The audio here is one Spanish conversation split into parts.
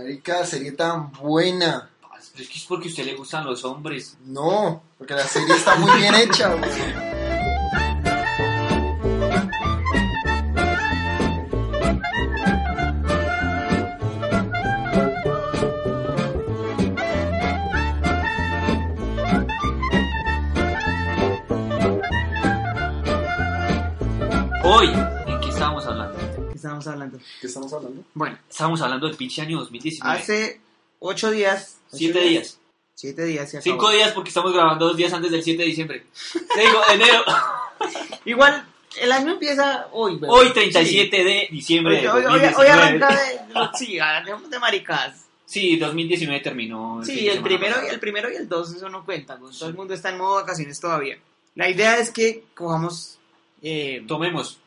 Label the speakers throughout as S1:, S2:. S1: Marica, serie tan buena.
S2: Pero es que es porque a usted le gustan los hombres.
S1: No, porque la serie está muy bien hecha, güey.
S2: Hoy, ¿en qué estábamos hablando?
S3: ¿Qué estábamos hablando?
S1: ¿Qué estamos hablando?
S3: Bueno,
S2: Estábamos hablando del pinche año 2019.
S3: hace ocho días.
S2: Siete días.
S3: Siete días se acabó.
S2: Cinco días porque estamos grabando dos días antes del 7 de diciembre. Te digo, enero.
S3: Igual, el año empieza hoy, güey.
S2: Hoy 37 de diciembre
S3: Hoy,
S2: de
S3: hoy, hoy, hoy
S2: 2019.
S3: arranca de, sí, hablemos de maricadas.
S2: Sí, 2019 terminó. fin
S3: Sí,
S2: de
S3: el
S2: semana
S3: primero,
S2: pasado.
S3: el primero y el dos, eso no cuenta. güey. Todo el mundo está en modo vacaciones todavía. La idea es que cojamos... Eh,
S2: Tomemos,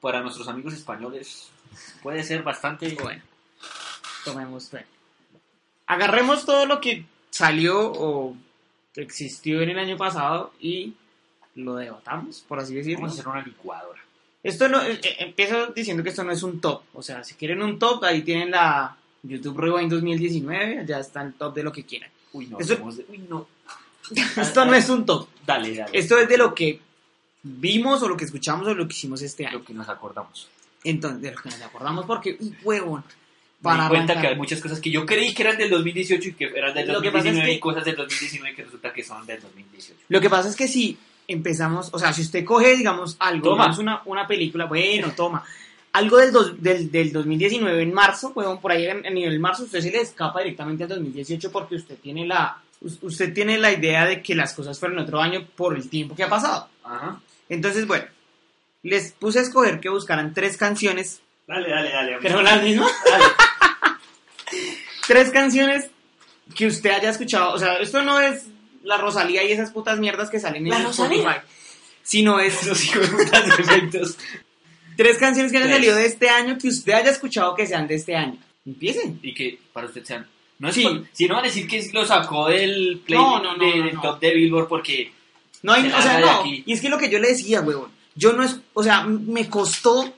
S2: para nuestros amigos españoles, puede ser bastante...
S3: bueno, tomemos... bueno. Agarremos todo lo que salió o existió en el año pasado y lo debatamos, por así decirlo.
S2: Vamos a hacer una licuadora.
S3: Esto no, eh, eh, empiezo diciendo que esto no es un top. O sea, si quieren un top, ahí tienen la YouTube Rewind 2019, ya está el top de lo que quieran.
S2: Uy, no.
S3: Eso-
S2: somos de- Uy, no. Ah,
S3: Esto no es un top.
S2: Dale, dale.
S3: Esto es de lo que vimos o lo que escuchamos o lo que hicimos este año.
S2: Lo que nos acordamos.
S3: Entonces, de lo que nos acordamos porque, uy, huevón.
S2: Me di cuenta
S3: arrancar.
S2: que hay muchas cosas que yo creí que eran del 2018 y que eran del
S3: Lo que pasa
S2: 2019
S3: es que-
S2: y cosas del 2019 que resulta que son del 2018.
S3: Lo que pasa es que si empezamos, o sea, si usted coge, digamos, algo,
S2: Toma.
S3: digamos, una, una película, bueno, toma, algo del, dos- del, del 2019 en marzo, huevón, por ahí en, en nivel marzo, usted se le escapa directamente al 2018 porque usted tiene la us- usted tiene la idea de que las cosas fueron otro año por el tiempo que ha pasado.
S2: Ajá.
S3: Entonces, bueno, les puse a escoger que buscaran tres canciones,
S2: Dale, dale, dale.
S3: que no las mismas, tres canciones que usted haya escuchado, o sea, esto no es la Rosalía y esas putas mierdas que salen en
S2: La Rosalía.
S3: sino es
S2: Esos hijos de putas defectos.
S3: Tres canciones que hayan
S2: Tres.
S3: salido de este año que usted haya escuchado que sean de este año. Empiecen.
S2: Y que para usted sean. No es
S3: Sí.
S2: por- si no van a decir que lo sacó del play
S3: No, no, no,
S2: de-
S3: no,
S2: del
S3: no.
S2: top de Billboard porque
S3: No hay, o
S2: Ah,
S3: sea,
S2: de
S3: no.
S2: aquí.
S3: Y es que lo que yo le decía, huevón, yo no es, o sea, m- me costó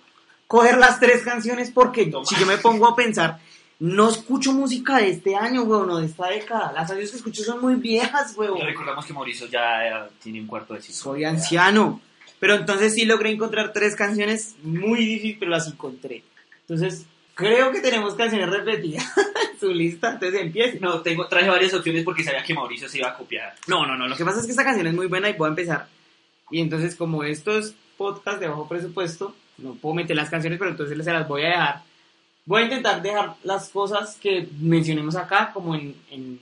S3: coger las tres canciones porque
S2: Toma.
S3: si yo me pongo a pensar, no escucho música de este año, huevón, o de esta década. Las canciones que escucho son muy viejas, huevón.
S2: ya recordamos que Mauricio ya eh, tiene un cuarto de siglo.
S3: Soy anciano. Pero entonces sí logré encontrar tres canciones muy difíciles, pero las encontré. Entonces, creo que tenemos canciones repetidas en su lista. Entonces empiecen.
S2: No, tengo, traje varias opciones porque sabía que Mauricio se iba a copiar.
S3: No, no, no. Lo que pasa es que esta canción es muy buena y puedo empezar. Y entonces, como esto es podcast de bajo presupuesto, no puedo meter las canciones, pero entonces se las voy a dejar. Voy a intentar dejar las cosas que mencionemos acá, como en, en,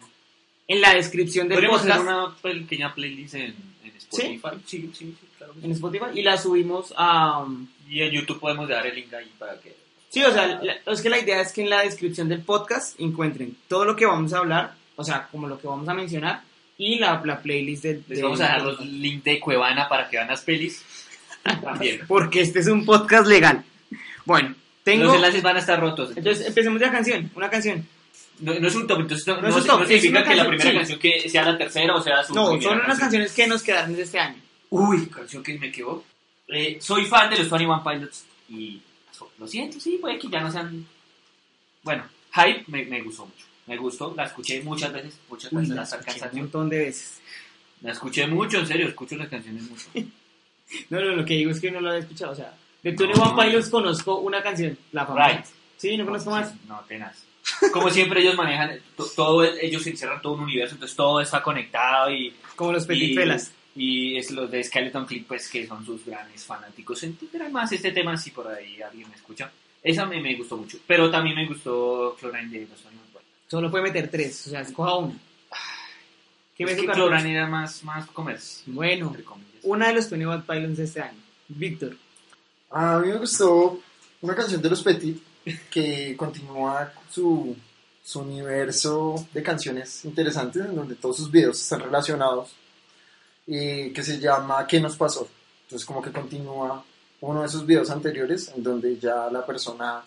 S3: en la descripción del
S2: Podríamos hacer
S3: podcast
S2: una pequeña playlist en, en Spotify. ¿Sí? sí, sí, claro. que sí.
S3: en Spotify y la subimos a. um,
S2: Y en YouTube podemos dar el link ahí para que
S3: Sí, o sea, la- es que la idea es que en la descripción del podcast encuentren todo lo que vamos a hablar, o sea, como lo que vamos a mencionar y la, la playlist del.
S2: Les
S3: del-
S2: vamos a dejar los links de Cuevana para que vean las pelis. También.
S3: Porque este es un podcast legal. Bueno, tengo.
S2: Los enlaces van a estar rotos.
S3: Entonces empecemos de la canción, una canción.
S2: no, no es un top, entonces no,
S3: No
S2: no
S3: es un
S2: se-
S3: top,
S2: no
S3: es
S2: significa
S3: una
S2: que la
S3: canción,
S2: primera
S3: sí.
S2: canción que sea la tercera o sea su
S3: No,
S2: primera
S3: son unas
S2: canción.
S3: canciones que nos quedaron de este año.
S2: Uy, canción que me quedó. Eh, soy fan de los 21 Pilots y so- lo siento, sí, puede que ya no sean... Bueno, Hype me, me gustó mucho. Me gustó, la escuché muchas veces, muchas veces hasta el
S3: escuché un
S2: cansancio.
S3: montón de veces.
S2: La escuché mucho, en serio, escucho las canciones mucho.
S3: No, no, lo que digo es que no lo había escuchado. O sea, de Tony
S2: No.
S3: One Pilots conozco una canción, la famosa.
S2: Right.
S3: Sí, no conozco más.
S2: No, tenaz. Como siempre ellos manejan, to- todo, el- ellos encierran todo un universo, entonces todo está conectado y...
S3: Como los Petit
S2: y-
S3: Pelas.
S2: Y es los de Skeleton Clip, pues que son sus grandes fanáticos. Entenderán más este tema si por ahí alguien me escucha. Esa me, me gustó mucho. Pero también me gustó Chlorine de los Onion Boys.
S3: Solo puede meter tres, o sea, escoja una. ¿Qué
S2: Es
S3: me
S2: que
S3: toca?
S2: Chlorine era más, más comercio,
S3: Bueno,
S2: entre comillas.
S3: una de los Tony One Pilots de este año. Víctor.
S1: A mí me gustó una canción de los Petit que continúa su su universo de canciones interesantes en donde todos sus videos están relacionados y que se llama ¿Qué nos pasó? Entonces como que continúa uno de sus videos anteriores en donde ya la persona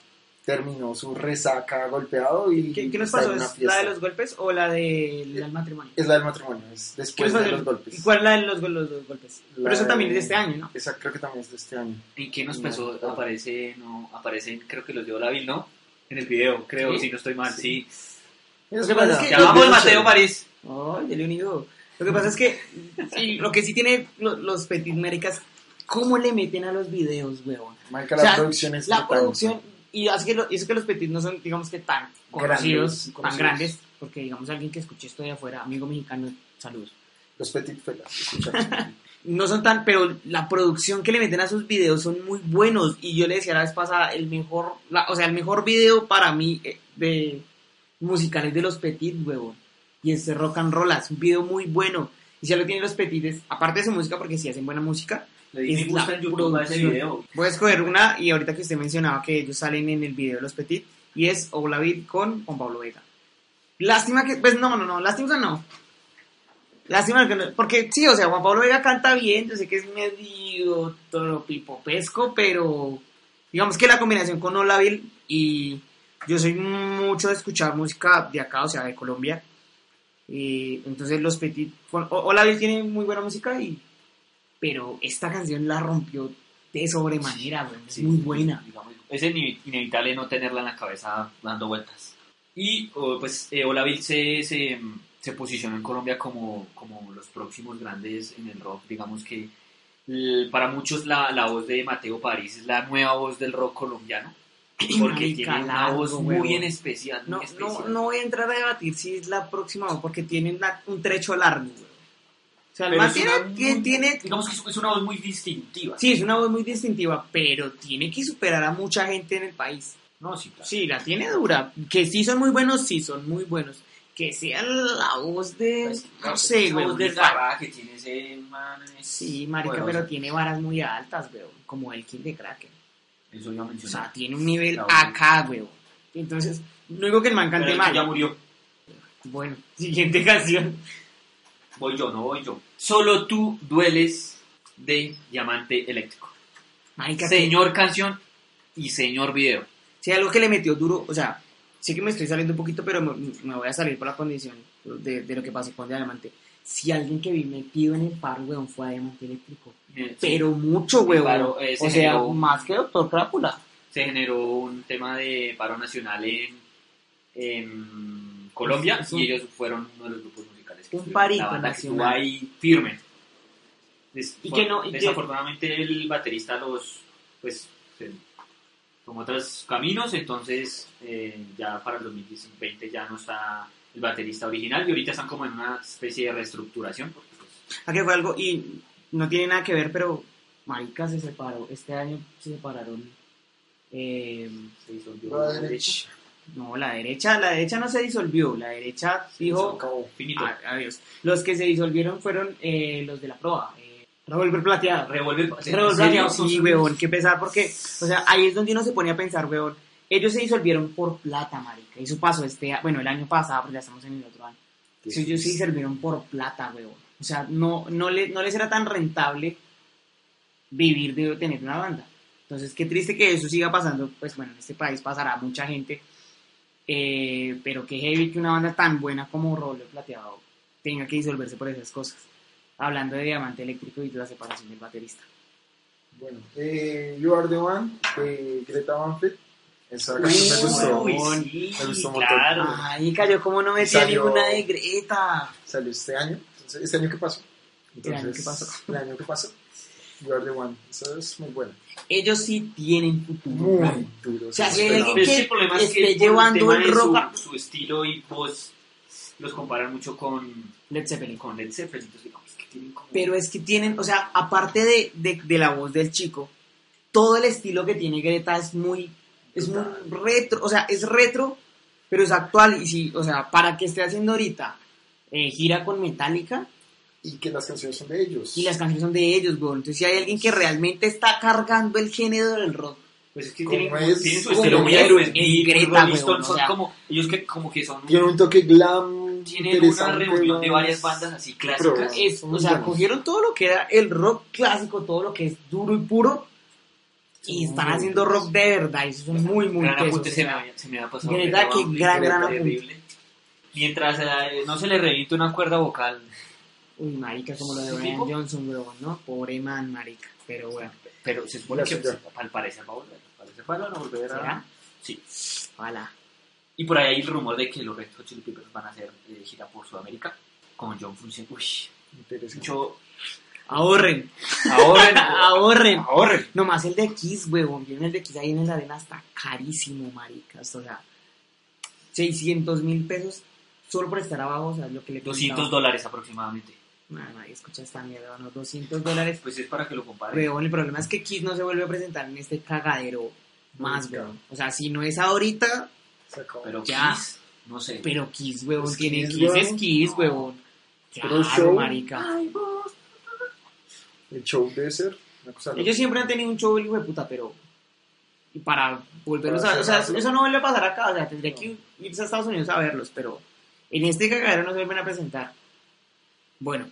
S1: terminó su resaca golpeado y
S3: ¿Qué, qué nos
S1: está
S3: pasó?
S1: en una
S3: ¿Es la de
S1: fiesta.
S3: los golpes o la del del matrimonio?
S1: Es la del matrimonio, es
S3: ¿Qué nos
S1: después
S3: pasó?
S1: de los golpes.
S3: ¿Y ¿Cuál es la de los, gol- los dos golpes?
S1: La
S3: Pero eso también
S1: de-
S3: es de este año, ¿no?
S1: Esa creo que también es de este año.
S2: ¿En qué nos
S1: No,
S2: pasó?
S1: no.
S2: Aparece, no, aparecen, creo que los dio David, ¿no? En el video, creo,
S3: ¿Sí?
S2: si no estoy mal, sí.
S1: Es
S3: que pasa
S1: verdad.
S3: es que-
S2: Llamamos
S1: Los
S2: Mateo
S1: videos
S2: París.
S3: Ay, dele un hijo. Lo que pasa es que sí, lo que sí tiene lo- los Petit Méricas, ¿cómo le meten a los videos, huevón?
S1: Marica,
S3: O sea,
S1: la producción es
S3: La
S1: brutal.
S3: producción, y así que lo- y eso que los Petit no son, digamos que tan conocidos,
S1: Grandes,
S3: tan
S1: conocidos.
S3: grandes, porque digamos alguien que escuche esto de afuera, amigo mexicano, saludos.
S1: Los Petit Felas. escuchamos.
S3: No son tan, pero la producción que le meten a sus videos son muy buenos. Y yo le decía la vez pasada, el mejor, la- o sea, el mejor video para mí eh, de musicales de los Petit, huevón. Y es de Rock and Roll, es un video muy bueno. Y ya lo tienen los Petites, aparte de su música, porque si hacen buena música.
S2: Le di
S3: Es
S2: me gusta
S3: la
S2: en YouTube a ese
S3: producción.
S2: video.
S3: Voy a escoger una, y ahorita que usted mencionaba que ellos salen en el video de los Petit, y es Olavid con Juan Pablo Vega. Lástima que, pues no, no, no, lástima no. Lástima que no, porque sí, o sea, Juan Pablo Vega canta bien, yo sé que es medio tropipopesco, pero digamos que la combinación con Olavil y yo soy mucho de escuchar música de acá, o sea, de Colombia. Y entonces los Petit, con- O- Olavil tiene muy buena música y pero esta canción la rompió de sobremanera, güey, es
S2: Sí,
S3: muy
S2: sí,
S3: buena.
S2: digamos, es ine- inevitable no tenerla en la cabeza dando vueltas. Y oh, pues eh, Olavil se, se, se posicionó en Colombia como, como los próximos grandes en el rock. Digamos que eh, para muchos la, la voz de Mateo París es la nueva voz del rock colombiano. Porque
S3: Marica,
S2: tiene una
S3: largo,
S2: voz
S3: huevón.
S2: muy en especial. muy
S3: No, no,
S2: especial.
S3: no voy a entrar a debatir si es la próxima o porque tiene una- un trecho largo, güey. O sea, el
S2: Pero
S3: man
S2: es
S3: tiene,
S2: una muy-
S3: tiene- tiene-
S2: Digamos que es- es una voz muy distintiva.
S3: Sí, es una voz muy distintiva, pero tiene que superar a mucha gente en el país.
S2: No, sí, claro.
S3: Sí, la tiene dura. Que sí son muy buenos, sí son muy buenos. Que sea la voz de...
S2: Pues,
S3: No sé,
S2: esa
S3: güey,
S2: voz
S3: del
S2: de Farah que tiene ese man. es-
S3: Sí, marica,
S2: Bueno,
S3: pero tiene varas muy altas, güey. Como el King de Kraken.
S2: Eso iba a
S3: O
S2: mencionar.
S3: sea, tiene un nivel
S2: La voz.
S3: acá, güey. Entonces, no digo que el man
S2: Pero
S3: cante
S2: él
S3: mal.
S2: Ya murió.
S3: Bueno, siguiente canción.
S2: Voy yo, no voy yo. Solo tú dueles de Diamante Eléctrico.
S3: Marica, que-
S2: Señor canción y señor video.
S3: si hay algo que le metió duro, o sea, sí que me estoy saliendo un poquito, pero me, me voy a salir por la condición de, de lo que pasó con Diamante. Si alguien que vi metido en el par, weón, fue a Diamante Eléctrico.
S2: Eh,
S3: Pero mucho,
S2: Sí,
S3: weón.
S2: claro, eh,
S3: o
S2: se
S3: sea,
S2: generó-
S3: más que Doctor Crápula.
S2: Se generó un tema de paro nacional en, en Colombia
S3: Es un-
S2: y ellos fueron uno de los grupos musicales que
S3: Un
S2: estuvieron-
S3: parito
S2: la banda que estuvo
S3: nacional.
S2: ahí firme. Des-
S3: Y que no- y que-
S2: desafortunadamente el baterista los pues se tomó otros caminos, entonces eh, ya para el 2020 ya no está el baterista original y ahorita están como en una especie de reestructuración porque pues,
S3: A que fue algo, y no tiene nada que ver, pero Marica se separó. Este año se separaron. eh,
S2: se disolvió
S1: Brother,
S2: el-
S1: ch-
S3: No, la derecha, la derecha no se disolvió, la derecha
S1: se
S3: dijo
S1: acabó.
S2: finito.
S3: "A- Ah, adiós. Los que se disolvieron fueron eh, los de la proa, eh, Revolver Plateado.
S2: Revuelve
S3: Revolver Plateado, sí, weón, qué pesar, porque, o sea, ahí es donde uno se pone a pensar, weón, ellos se disolvieron por plata, marica, eso pasó este, a- bueno, el año pasado, porque ya estamos en el otro año, Sí, ellos se disolvieron por plata, weón, o sea, no, no, le- no les era tan rentable vivir de tener una banda. Entonces, qué triste que eso siga pasando. Pues bueno, en este país pasará a mucha gente. eh, pero qué heavy que una banda tan buena como Roble Plateado tenga que disolverse por esas cosas. Hablando de Diamante Eléctrico y de la separación del baterista.
S1: Bueno, eh, You Are the One de Greta Van Fleet. Esa canción me gustó.
S2: Uy,
S3: Gustavo.
S2: sí,
S1: Me gustó un montón.
S2: claro.
S3: Ay, cayó como no metía
S1: Salió-
S3: ninguna de Greta.
S1: Salió este año. Entonces, este año que pasó.
S3: Este año que pasó.
S1: El año que pasó. You Are the One. Eso es muy bueno.
S3: Ellos sí tienen futuro.
S1: Muy duro.
S3: O sea,
S1: sí,
S3: si hay
S1: pero-
S3: alguien
S2: Pero
S3: que
S2: es que el problema es que
S3: esté
S2: por el
S3: llevando
S2: tema
S3: el
S2: de su-
S3: rock-
S2: Su, estilo y voz los comparan mucho con,
S3: Led Zeppelin.
S2: con Led Zeppelin. Entonces, digamos que tienen como.
S3: pero es que tienen, o sea, aparte de, de- de la voz del chico, todo el estilo que tiene Greta es muy, es muy retro, o sea, es retro, pero es actual, y sí, o sea, para que esté haciendo ahorita eh, gira con Metallica,
S1: Y que las canciones son de ellos.
S3: y las canciones son de ellos, güey, entonces si hay alguien que realmente está cargando el género del rock,
S2: Pues es que
S1: ¿Cómo
S2: tienen,
S1: es?
S2: tienen su
S1: ¿Cómo
S2: estilo muy
S1: es?
S2: héroe.
S3: Es
S2: Y
S3: Greta,
S2: Rolling
S3: weón,
S2: Stones
S3: o
S2: son
S3: sea,
S2: como. Ellos que, como que son.
S1: Tiene un toque glam.
S2: tienen una
S1: interesante,
S2: reunión de
S1: más-
S2: varias bandas así
S1: Pero-
S2: clásicas.
S3: Es- o
S1: Muy
S3: sea,
S1: buenos.
S3: cogieron todo lo que era el rock clásico, todo lo que es duro y puro, y están
S1: Muy
S3: haciendo
S1: buenos.
S3: rock de verdad, y eso es muy, muy
S2: gran
S3: teso,
S2: apunte
S3: o
S2: se,
S3: sea,
S2: me, se me ha pasado.
S3: Greta,
S2: pero,
S3: qué
S2: vamos,
S3: gran,
S2: Greta,
S3: gran apunte.
S2: terrible. Mientras eh, no se le reviente una cuerda vocal.
S3: Uy, marica, como lo de
S2: ¿Sí,
S3: Brian
S2: tipo?
S3: Johnson, weón, ¿no? Pobre man, marica. Pero bueno,
S2: Pero se supone que
S1: Ya,
S3: pues,
S1: ya.
S2: al parecer va a volver. Al parecer van a volver a-
S3: ¿será?
S2: Sí.
S3: Ojalá.
S2: Y por ahí hay el rumor de que los Red Hot Chili Peppers van a hacer eh, gira por Sudamérica con John Frusciante. Uy,
S1: Interesante.
S2: mucho...
S3: Ahorren,
S2: Ahorren.
S3: ahorren.
S2: Ahorren.
S3: Nomás el de Kiss, weón. Vieron el de Kiss ahí en la arena, está carísimo, marica. O sea, 600 mil pesos solo por estar abajo, o sea, lo que le
S2: 200
S3: contaba.
S2: dólares aproximadamente.
S3: Nah, nadie escucha esta mierda, ¿no? 200 dólares.
S2: Pues es para que lo comparen.
S3: Weón, el problema es que Kiss no se vuelve a presentar en este cagadero más,
S1: Nunca.
S3: weón. O sea, si no es ahorita,
S1: Se acabó.
S2: Pero
S3: Ya.
S2: Kiss, no sé.
S3: pero Kiss, weón,
S2: Pues
S1: Es
S3: tiene
S1: Kiss,
S3: Kiss, es
S1: weón.
S3: Kiss, weón.
S1: Pero
S3: Claro,
S1: show.
S3: marica.
S1: El show debe ser una cosa
S3: Ellos siempre han tenido un show hijo de puta, pero y para volverlos
S1: Para
S3: a o sea,
S1: cerrarlo.
S3: eso no vuelve a pasar acá, o sea, tendría que irse a Estados Unidos a verlos, pero en este cagadero no se vuelven a presentar. Bueno,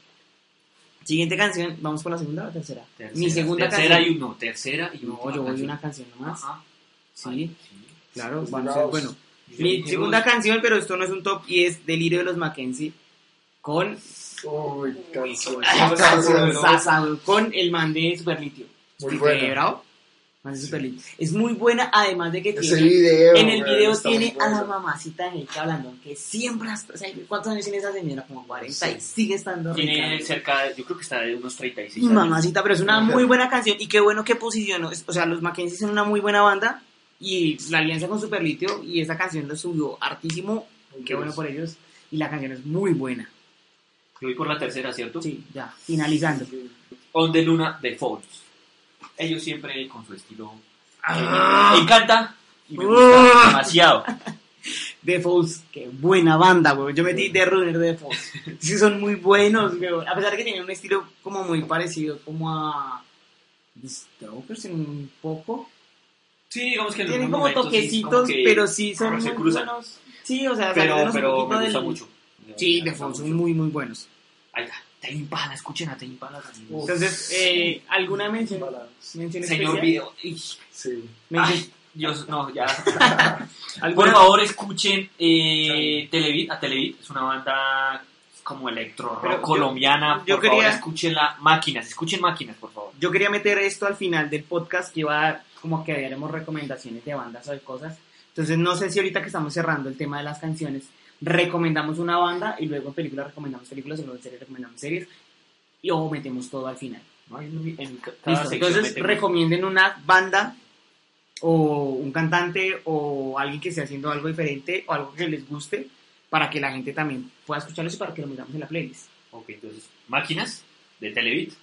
S3: siguiente canción, vamos con la segunda o tercera.
S2: Tercera,
S3: Mi segunda
S2: tercera
S3: canción.
S2: y uno, tercera y
S3: No,
S2: última
S3: yo voy
S2: canción.
S3: una canción nomás.
S2: Ajá.
S3: Sí,
S2: Ay,
S3: claro,
S1: Pues
S3: vamos a
S1: la
S3: ver,
S1: dos.
S3: bueno.
S2: Yo
S3: Mi
S2: dije,
S3: segunda
S2: uy,
S3: canción, pero esto no es un top y es Delirio de los Mackenzie con
S1: Uy,
S2: uy,
S1: canción.
S2: qué canción, ¿no?
S3: Sasa, güey, con el man de Superlitio.
S1: Muy
S3: Estoy
S1: buena.
S3: quebrado. Man de Superlitio. Es muy buena, además de que
S1: Ese
S3: tiene.
S1: video.
S3: En el
S1: güey,
S3: video
S1: está
S3: tiene
S1: muy
S3: a
S1: bueno.
S3: la mamacita de Erika Blandón, que siempre hasta. o sea, ¿Cuántos años tiene esa señora? Como 40 y
S1: Sí.
S3: sigue estando rica.
S2: Tiene
S3: güey.
S2: cerca, de- yo creo que está de unos 36
S3: Y
S2: años.
S3: mamacita, pero es una
S1: Claro.
S3: muy buena canción y qué bueno que posicionó. O sea, los Mackenzie son una muy buena banda y la alianza con Superlitio y esa canción lo subió hartísimo.
S1: Muy
S3: Qué bueno
S1: curioso.
S3: por ellos. Y la canción es muy buena.
S2: Yo voy por la tercera, ¿cierto?
S3: Sí, ya, finalizando.
S2: On the Luna de Fouls. Ellos siempre con su estilo. eh, me encanta y me gusta
S3: Ah.
S2: demasiado.
S3: The Falls, qué buena banda, weón. Yo metí de Runner de The Falls. Sí, son muy buenos, weón. A pesar de que tienen un estilo como muy parecido, como a The Strokers en un poco.
S2: Sí, digamos que en
S3: Tienen
S2: algún
S3: como
S2: momento sí,
S3: toquecitos,
S2: como que-
S3: pero sí son
S2: como
S3: muy
S2: se cruzan.
S3: buenos. Sí, o sea,
S2: Pero,
S3: salieron un
S2: pero
S3: poquito
S2: me gusta
S3: del-
S2: mucho.
S3: Sí,
S2: Me
S3: The
S2: gusta
S3: Falls son
S2: mucho.
S3: muy, muy buenos.
S2: Ahí está. Te impala, escuchen a Te impala. amigos.
S3: Entonces, eh, ¿alguna mención?
S1: Balance.
S3: mención
S2: Señor
S3: especial?
S2: video. Ix.
S1: Sí.
S3: Mención-
S2: Ay, Dios, no, ya. Por
S3: ¿alguna?
S2: favor, escuchen eh, Televit, a Televit, es una banda como electro
S3: Pero
S2: rock
S3: yo-
S2: colombiana.
S3: yo
S2: por
S3: quería-
S2: favor, escuchen la máquinas, escuchen máquinas, por favor.
S3: Yo quería meter esto al final del podcast que iba a dar como que diéramos recomendaciones de bandas o de cosas. Entonces no sé si ahorita que estamos cerrando el tema de las canciones, recomendamos una banda y luego en películas recomendamos películas, y luego en series recomendamos series y o metemos todo al final.
S2: No, en mi- en ca- cada
S3: Listo.
S2: sección
S3: Entonces
S2: metemos-
S3: recomienden una banda o un cantante o alguien que esté haciendo algo diferente o algo que les guste para que la gente también pueda escucharlos y para que lo metamos en la playlist.
S2: Ok, entonces, máquinas de Televit.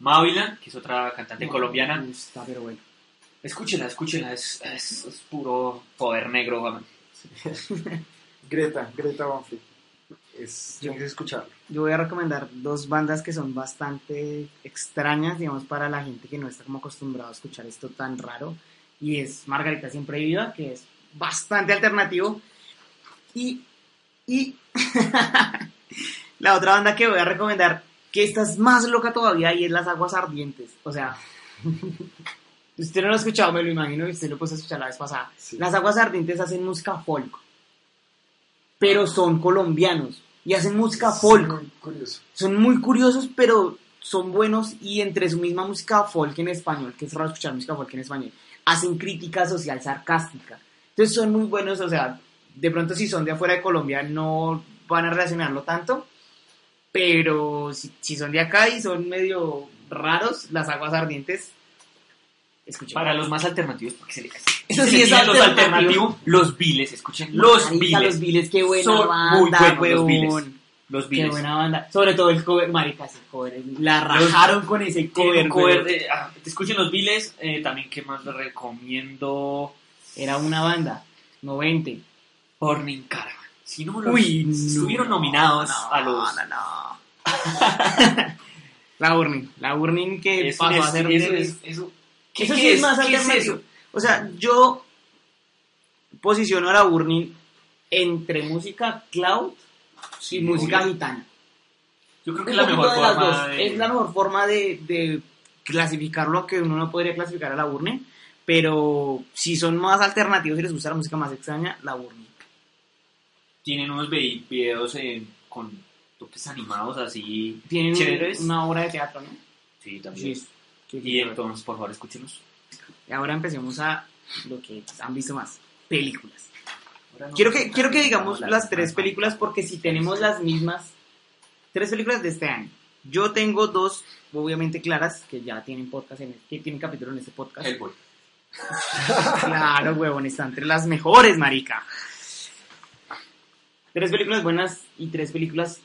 S2: Mávila, que es otra cantante colombiana.
S3: Me gusta, pero bueno.
S2: Escúchela, escúchela, es, es- es puro poder negro. vamos.
S1: Greta, Greta Van Fleet. Es, tienes que escucharlo.
S3: Yo voy a recomendar dos bandas que son bastante extrañas, digamos, para la gente que no está como acostumbrado a escuchar esto tan raro. Y es Margarita Siempre Viva, que es bastante alternativo. Y, y la otra banda que voy a recomendar, que esta es más loca todavía, y es Las Aguas Ardientes. O sea, usted no lo ha escuchado, me lo imagino, y usted lo puso a escuchar la vez pasada.
S1: Sí.
S3: Las Aguas Ardientes hacen música folk, pero son colombianos. Y hacen música
S1: Es
S3: folk
S1: Muy curioso.
S3: son muy curiosos, pero son buenos y entre su misma música folk en español, que es raro escuchar música folk en español, hacen crítica social sarcástica. Entonces son muy buenos, o sea, de pronto si son de afuera de Colombia no van a relacionarlo tanto, pero si, si son de acá y son medio raros, las aguas ardientes, escuchen.
S2: Para los más alternativos, porque se le
S3: Eso
S2: se
S3: sí
S2: piden
S3: es
S2: los
S3: alternativo.
S2: alternativos, los viles, escuchen, los
S3: Marica,
S2: viles,
S3: los Viles, qué buena
S2: Son
S3: banda,
S2: muy buenos los
S3: huevón.
S2: Viles. los
S3: Qué
S2: viles.
S3: buena banda. Sobre todo el cover, marica, ese cover. es- La rajaron con ese
S2: Tiene
S3: cover.
S2: un cover
S3: güey.
S2: de- ah, te escuchen los viles, eh, también que más les recomiendo
S3: Era una banda. 90.
S2: Burning Caravan. Si no los
S3: Uy, no,
S2: estuvieron nominados
S3: no,
S2: a los
S3: no, no. la Burning. La Burning que
S2: Eso
S3: pasó
S2: es-
S3: a ser.
S2: eso
S3: de-
S2: es- eso- ¿Qué-
S3: Eso
S2: qué
S3: sí es
S2: es?
S3: más
S2: ¿Qué es
S3: alternativo.
S2: eso?
S3: O sea, yo posiciono a la Burning entre música cloud y
S2: Sí,
S3: música
S2: obvio.
S3: gitana.
S2: Yo creo que es
S3: Un
S2: la
S3: poquito
S2: mejor
S3: de las
S2: forma.
S3: dos.
S2: de-
S3: Es la mejor forma de, de clasificarlo, que uno no podría clasificar a la Burning. Pero si son más alternativos y les gusta la música más extraña, la Burning.
S2: Tienen unos vi- videos en- con toques animados así.
S3: Tienen un-
S2: Chéveres.
S3: una obra de teatro, ¿no?
S2: Sí,
S3: Sí,
S2: también.
S3: es- sí, sí,
S2: Y
S3: sí.
S2: entonces, por favor, escúchenos.
S3: Y ahora empecemos a lo que han visto más, películas.
S2: Ahora no-
S3: Quiero que, quiero que digamos
S2: Hola,
S3: las tres
S2: mamá.
S3: películas porque si tenemos las mismas, tres películas de este año. Yo tengo dos, obviamente claras, que ya tienen podcast, en, que tienen capítulo en este podcast.
S2: Hellboy.
S3: Claro, huevón, está entre las mejores, marica. Tres películas buenas y tres películas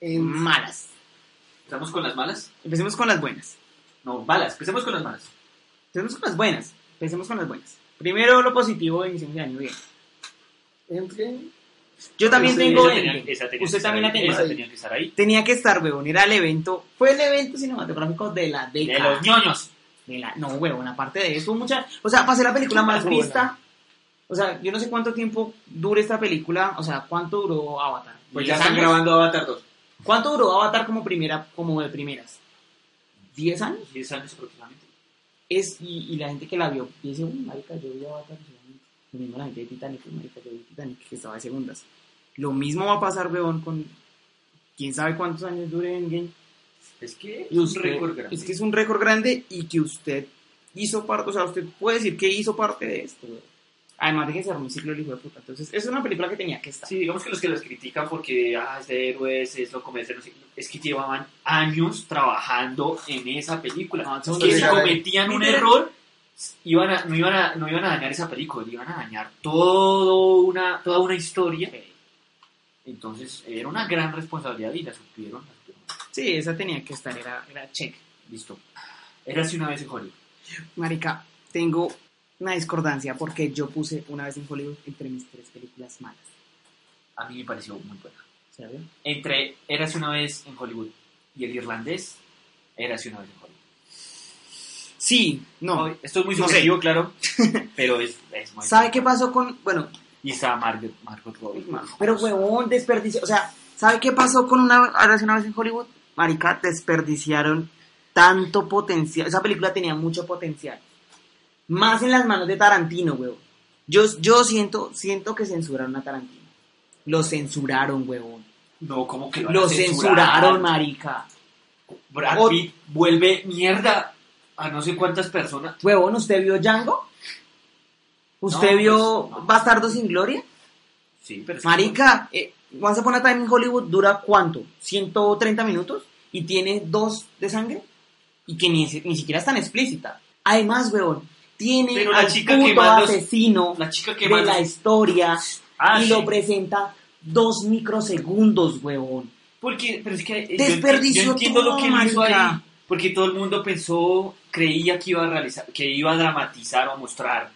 S3: Em,
S1: En-
S3: malas.
S2: ¿Empezamos con las malas?
S3: Empecemos con las buenas.
S2: No, malas. Empecemos con las malas.
S3: Empecemos con las buenas. Empecemos con las buenas. Primero lo positivo, iniciamos el año bien.
S1: entre-
S3: Yo también
S1: Sí,
S3: tengo
S2: Esa tenía-
S3: Endgame.
S2: esa tenía
S3: Usted
S2: que estar
S3: también la
S2: ahí.
S3: tenía.
S2: Esa tenía que estar ahí.
S3: Tenía que estar, huevón. Era el evento. Fue el evento cinematográfico de la
S2: De
S3: década.
S2: los ñoños.
S3: De la- no, huevón. Aparte de eso, mucha. O sea, pasé la película más
S1: Buena.
S3: vista. O sea, yo no sé cuánto tiempo dure esta película. O sea, cuánto duró Avatar.
S4: Pues
S3: ¿Diez
S4: ya están
S3: años?
S4: grabando Avatar 2.
S3: ¿Cuánto duró Avatar como primera, como de primeras? ¿10 años?
S2: 10 años aproximadamente.
S3: Es, y, y la gente que la vio dice, uy, marica, yo vi Avatar. yo- Lo mismo la gente de Titanic, uy, marica, yo vi Titanic, que estaba de segundas. Lo mismo va a pasar, huevón, con quién sabe cuántos años dure Endgame.
S2: Es que
S3: Y
S2: es
S3: usted-
S2: un récord grande.
S3: Es que es un récord grande y que usted hizo parte, o sea, usted puede decir que hizo parte de esto, güey. Además de que se armó un ciclo el hijo de puta. Entonces, es una película que tenía que estar.
S2: Sí, digamos que los que los critican porque, ah, es de héroes, es lo comercial, no sé qué, es que llevaban años trabajando en esa película.
S3: No,
S2: Entonces,
S1: entonces,
S2: si
S1: ya-
S2: cometían un
S3: Literal.
S2: error, iban a- no, iban a, no iban a dañar esa película, iban a dañar todo una, toda una historia. Entonces, era una gran responsabilidad y la supieron. la supieron.
S3: Sí, esa tenía que estar, era, era check.
S2: Listo. Era así una vez en Hollywood.
S3: Marica, tengo una discordancia porque yo puse una vez en Hollywood entre mis tres películas malas.
S2: A mí me pareció muy buena.
S3: ¿Sabes?
S2: Entre Érase una vez en Hollywood y el irlandés, Érase una vez en Hollywood.
S3: Sí, no.
S2: Ay, Esto es muy
S3: no sé.
S2: subjetivo, claro, pero es, es muy
S3: ¿Sabe qué pasó con.? Bueno,
S2: Y estaba Margot, Margot Robbie.
S3: Pero huevón, desperdicio. O sea, ¿sabe qué pasó con una ahora sí, una vez en Hollywood? Marica, desperdiciaron tanto potencial. Esa película tenía mucho potencial. Más en las manos de Tarantino, huevón. Yo, yo siento, siento que censuraron a Tarantino. Lo censuraron, huevón.
S2: No, como que van a
S3: Lo
S2: censurar?
S3: censuraron, marica.
S2: Brad
S3: O-
S2: Pitt vuelve mierda a no sé cuántas personas.
S3: Huevón, ¿usted vio Django? ¿Usted
S2: No,
S3: vio
S2: pues, no.
S3: Bastardo sin Gloria?
S2: Sí, pero es que-
S3: Marica, eh, Once Upon a Time in Hollywood dura cuánto? 130 minutos y tiene dos de sangre y que ni, ni siquiera es tan explícita. Además, weón, tiene
S2: Pero la
S3: al
S2: chica
S3: puto
S2: que más los-
S3: asesino
S2: la chica que
S3: de
S2: más...
S3: la historia
S2: Ah,
S3: y
S2: sí.
S3: lo presenta dos microsegundos, weón.
S2: Porque, pero es que eh,
S3: Desperdició
S2: yo, yo entiendo
S3: todo,
S2: lo que él hizo
S3: marica.
S2: ahí. Porque todo el mundo pensó, creía que iba a realizar, que iba a dramatizar o mostrar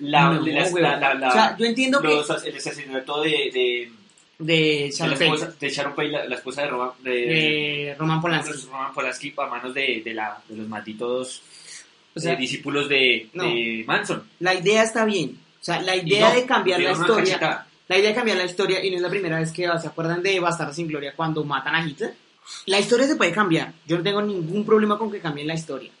S2: la,
S3: No,
S2: la-
S3: weón.
S2: la- la- la-
S3: o sea, yo entiendo que
S2: los as- el asesinato de, de,
S3: de
S2: de la
S3: Charles
S2: esposa de Sharon Payne, la, la esposa de Roman, de,
S3: de Roman Polanski.
S2: Los Roman Polanski a manos de, de la, de los malditos
S3: O sea,
S2: eh, discípulos de,
S3: no.
S2: de Manson.
S3: la idea está bien. O sea, la
S2: Y
S3: idea
S2: no,
S3: de cambiar la
S2: dieron una
S3: historia.
S2: cachetada.
S3: La idea de cambiar la historia, y no es la primera vez que se acuerdan de Bastardos sin Gloria cuando matan a Hitler. La historia se puede cambiar. Yo no tengo ningún problema con que cambien la historia.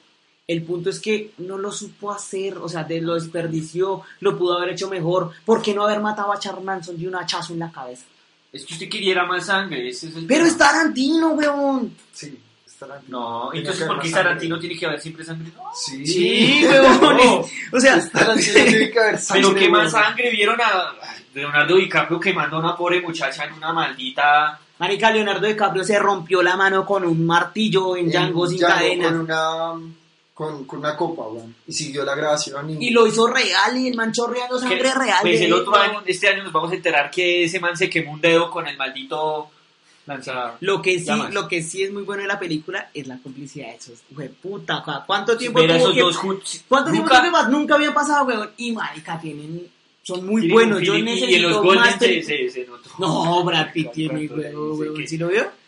S3: El punto es que no lo supo hacer, o sea, de- lo desperdició, lo pudo haber hecho mejor. ¿Por qué no haber matado a Charles Manson de un hachazo en la cabeza?
S2: Es que usted quería más sangre. ese es el
S3: Pero
S2: tema.
S3: es Tarantino, weón.
S1: Sí, es Tarantino.
S2: No,
S1: Tenía que
S2: entonces
S1: haber
S2: ¿por qué
S1: más sangre.
S2: Tarantino tiene que haber siempre sangre? No,
S1: Sí,
S3: Sí, weón. O sea,
S1: Tarantino tiene que haber sangre,
S2: Pero qué
S1: weón.
S2: más sangre vieron a Leonardo DiCaprio quemando a una pobre muchacha en una maldita...
S3: Marica Leonardo DiCaprio se rompió la mano con un martillo en
S1: En
S3: Django sin
S1: Django
S3: cadena.
S1: Con una, con, con una copa, weón. Y siguió la grabación. Y,
S3: Y lo hizo real y el man chorreando sangre
S2: que-
S3: real.
S2: Pues
S3: de
S2: el
S3: él,
S2: otro
S3: weón.
S2: año, este año nos vamos a enterar que ese man se quemó un dedo con el maldito lanzador.
S3: Lo que sí,
S2: Llamas.
S3: lo que sí es muy bueno de la película es la complicidad de esos. Güey, puta, cua- ¿cuánto tiempo
S2: Ver a
S3: tuvo
S2: esos
S3: que-
S2: dos juntos.
S3: ¿Cuánto tiempo
S2: Nunca-
S3: tuvo que pas- Nunca había pasado, weón. Y marica, tienen. Son muy
S2: Tienen
S3: buenos.
S2: un
S3: Yo
S2: feeling y-
S3: necesito
S2: Y en los
S3: más
S2: Golden se,
S3: peli-
S2: se, se notó.
S3: No, Brad Pitt tiene,
S2: Tanto de-
S3: weón,
S2: dice
S3: weón.
S2: que-
S3: ¿Sí lo vio?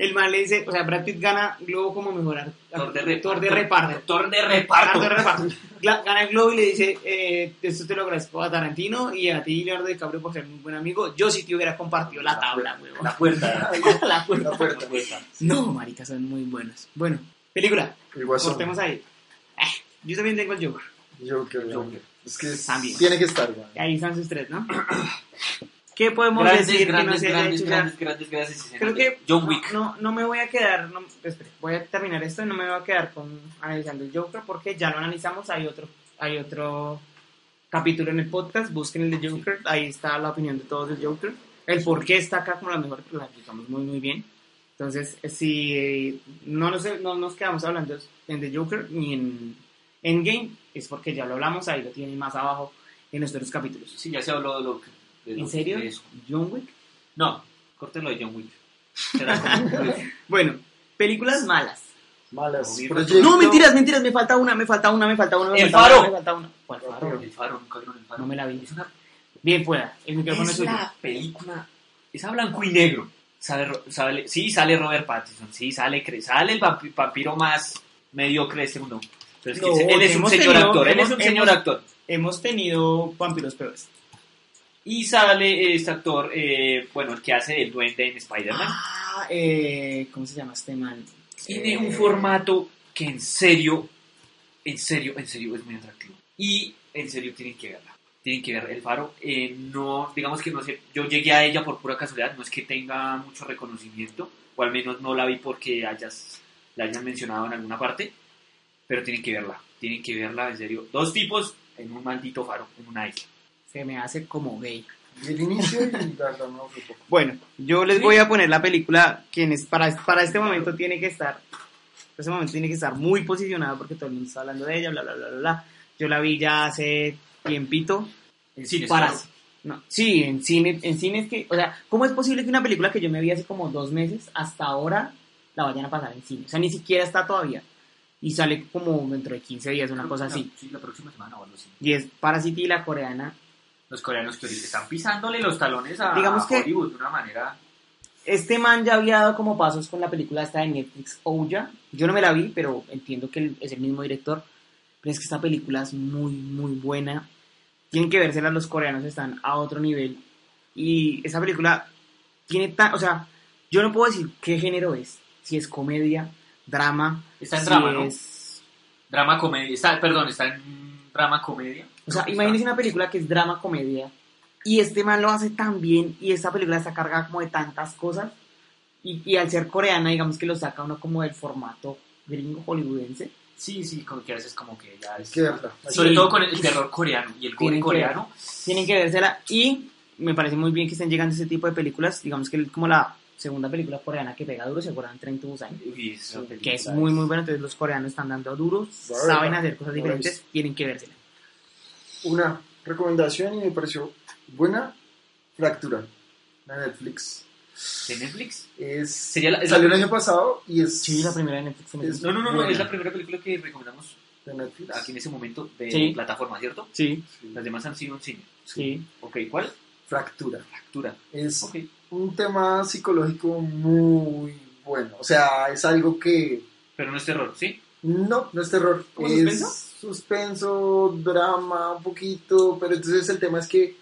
S3: el man le dice, o sea, Brad Pitt gana Globo como mejorar.
S2: Actor de, reparto.
S3: Actor de reparto.
S2: Actor de
S3: Actor de
S2: reparto.
S3: reparto. Gla- Gana el Globo y le dice, eh, esto te lo agradezco a Tarantino y a ti, Leonardo DiCaprio, por ser muy buen amigo. Yo sí te hubiera compartido la tabla, huevón.
S2: La puerta.
S3: La puerta.
S1: La puerta.
S3: No, marica, son muy buenas. Bueno, película.
S1: El
S2: Pues
S1: guasón.
S3: Cortemos ahí. Ah, Yo también tengo el Joker.
S1: Joker, ¿no?
S2: Joker.
S1: Es que es-
S3: También.
S1: tiene que estar, güey.
S3: Ahí están sus tres, ¿no? ¿Qué podemos
S2: Grandes,
S3: decir que no
S2: grandes,
S3: se haya
S2: grandes,
S3: hecho ya?
S2: grandes, grandes, grandes.
S3: Creo que
S2: John
S3: no-
S2: Wick.
S3: No, no, me voy a quedar, no, espere, voy a terminar esto y no me voy a quedar con analizando el Joker porque ya lo analizamos, hay otro, hay otro capítulo en el podcast, busquen el de Joker, ahí está la opinión de todos del Joker, el por qué está acá como la mejor, la aplicamos muy muy bien. Entonces, si eh, no nos, no nos quedamos hablando en The Joker ni en Endgame, es porque ya lo hablamos, ahí lo tienen más abajo en los otros capítulos.
S2: Sí, ya se habló de lo que. de lo-
S3: ¿En serio?
S2: de eso.
S3: ¿John Wick?
S2: No, córtelo de John Wick. Será como-
S3: Bueno, películas malas.
S1: Malas.
S2: No, mi-
S1: Proyecto.
S3: No, mentiras, mentiras, me falta una, me falta una, me falta una. me
S2: El
S3: falta
S2: faro.
S3: una, me falta una. ¿Cuál faro?
S2: El faro, nunca vieron el faro.
S3: No me la vi.
S2: Es una
S3: Bien fuera, el micrófono es
S2: es
S3: suyo.
S2: la película. Es a blanco y negro. Sale, Ro- sale- sí, sale Robert Pattinson. Sí, sale, cre- sale el vampi- vampiro más mediocre de este mundo. Pero es que
S3: No,
S2: él es un
S3: hemos
S2: señor
S3: tenido-
S2: actor. Él es
S3: hemos-
S2: un señor
S3: hemos-
S2: actor.
S3: Hemos tenido vampiros peores.
S2: Y sale este actor, eh, bueno, el que hace el duende en Spider-Man.
S3: Ah, eh, ¿cómo se llama este man?
S2: Tiene
S3: Eh,
S2: un formato que en serio, en serio, en serio es muy atractivo. Y en serio tienen que verla. Tienen que ver el faro. Eh, no, digamos que no sé, yo llegué a ella por pura casualidad, no es que tenga mucho reconocimiento, o al menos no la vi porque hayas, la hayan mencionado en alguna parte, pero tienen que verla, tienen que verla, en serio. Dos tipos en un maldito faro, en una isla.
S3: Se me hace como gay.
S1: Y el inicio y la verdad no fue poco.
S3: Bueno, yo les
S2: Sí.
S3: voy a poner la película quienes para, para este momento tiene que estar, para este momento tiene que estar muy posicionada porque todo el mundo está hablando de ella, bla, bla, bla, bla, bla. Yo la vi ya hace tiempito.
S2: En cines,
S3: Para-
S2: claro.
S3: No, sí, en cine, en cine es que, o sea, ¿cómo es posible que una película que yo me vi hace como dos meses hasta ahora la vayan a pasar en cine? O sea, ni siquiera está todavía. Y sale como dentro de 15 días, una cosa así.
S2: Sí, la próxima semana o algo así.
S3: Y es Parasite y la coreana.
S2: Los coreanos que ahorita están pisándole los talones a
S3: Digamos que-
S2: Hollywood de una manera...
S3: Este man ya había dado como pasos con la película esta de Netflix, Ouya. Yo no me la vi, pero entiendo que el- es el mismo director. Pero es que esta película es muy, muy buena. Tienen que vérsela, los coreanos están a otro nivel. Y esa película tiene tan... O sea, yo no puedo decir qué género es. Si es comedia, drama...
S2: Está en
S3: si
S2: drama, ¿no?
S3: es-
S2: Drama comedia, está, perdón, está en drama comedia.
S3: O sea, imagínense una película que es drama, comedia. Y este man lo hace tan bien. Y esta película está cargada como de tantas cosas. Y, y al ser coreana, digamos que lo saca uno como del formato gringo hollywoodense.
S2: Sí, sí, como que a veces como que ya es...
S1: Hay que verla. Hay
S2: Sobre
S3: Sí.
S2: todo con el terror coreano y el gore
S3: Tienen que
S2: coreano.
S3: Tienen que vérsela. Y me parece muy bien que estén llegando ese tipo de películas. Digamos que es como la segunda película coreana que pega duro, se acuerdan Tren to Busan,
S2: Uy, esa
S3: Que
S2: película
S3: es muy, muy buena. Entonces los coreanos están dando duro,
S1: Very
S3: saben
S1: bueno.
S3: hacer cosas
S1: Nice.
S3: diferentes. Tienen que vérsela.
S1: Una recomendación y me pareció buena, Fractura, la de Netflix.
S2: ¿De Netflix?
S1: Es,
S2: Sería la- es
S1: salió
S2: la-
S1: el año pasado y es
S3: Sí, la primera de Netflix. en
S1: Es-
S3: el-
S2: No, no, no, no,
S1: Buena.
S2: es la primera película que recomendamos
S1: de Netflix.
S2: aquí en ese momento de
S3: Sí.
S2: plataforma, ¿cierto?
S3: Sí,
S1: Sí.
S2: Las demás han sido en cine.
S3: sí.
S2: Ok, ¿cuál?
S1: Fractura.
S2: Fractura.
S1: Es
S2: Ok.
S1: un tema psicológico muy bueno. O sea, es algo que
S2: Pero no es terror, ¿sí?
S1: No, no es terror.
S3: ¿Como
S1: es
S3: suspenso?
S1: suspenso, drama, un poquito. Pero entonces el tema es que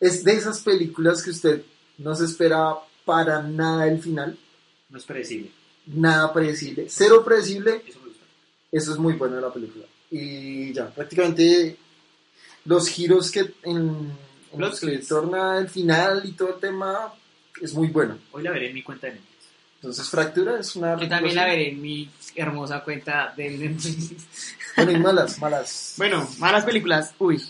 S1: es de esas películas que usted no se espera para nada el final.
S2: No es predecible.
S1: Nada predecible. Cero predecible.
S2: Eso me gusta.
S1: Eso es muy bueno de la película. Y ya, prácticamente los giros que en, en
S3: Plot
S1: los que
S3: twists.
S1: torna el final y todo el tema es muy bueno.
S2: Hoy la veré en mi cuenta de Netflix.
S1: Entonces, Fractura es una.
S3: Yo también la veré en mi hermosa cuenta de Netflix.
S1: Bueno, y malas, malas.
S3: Bueno, malas películas. Uy,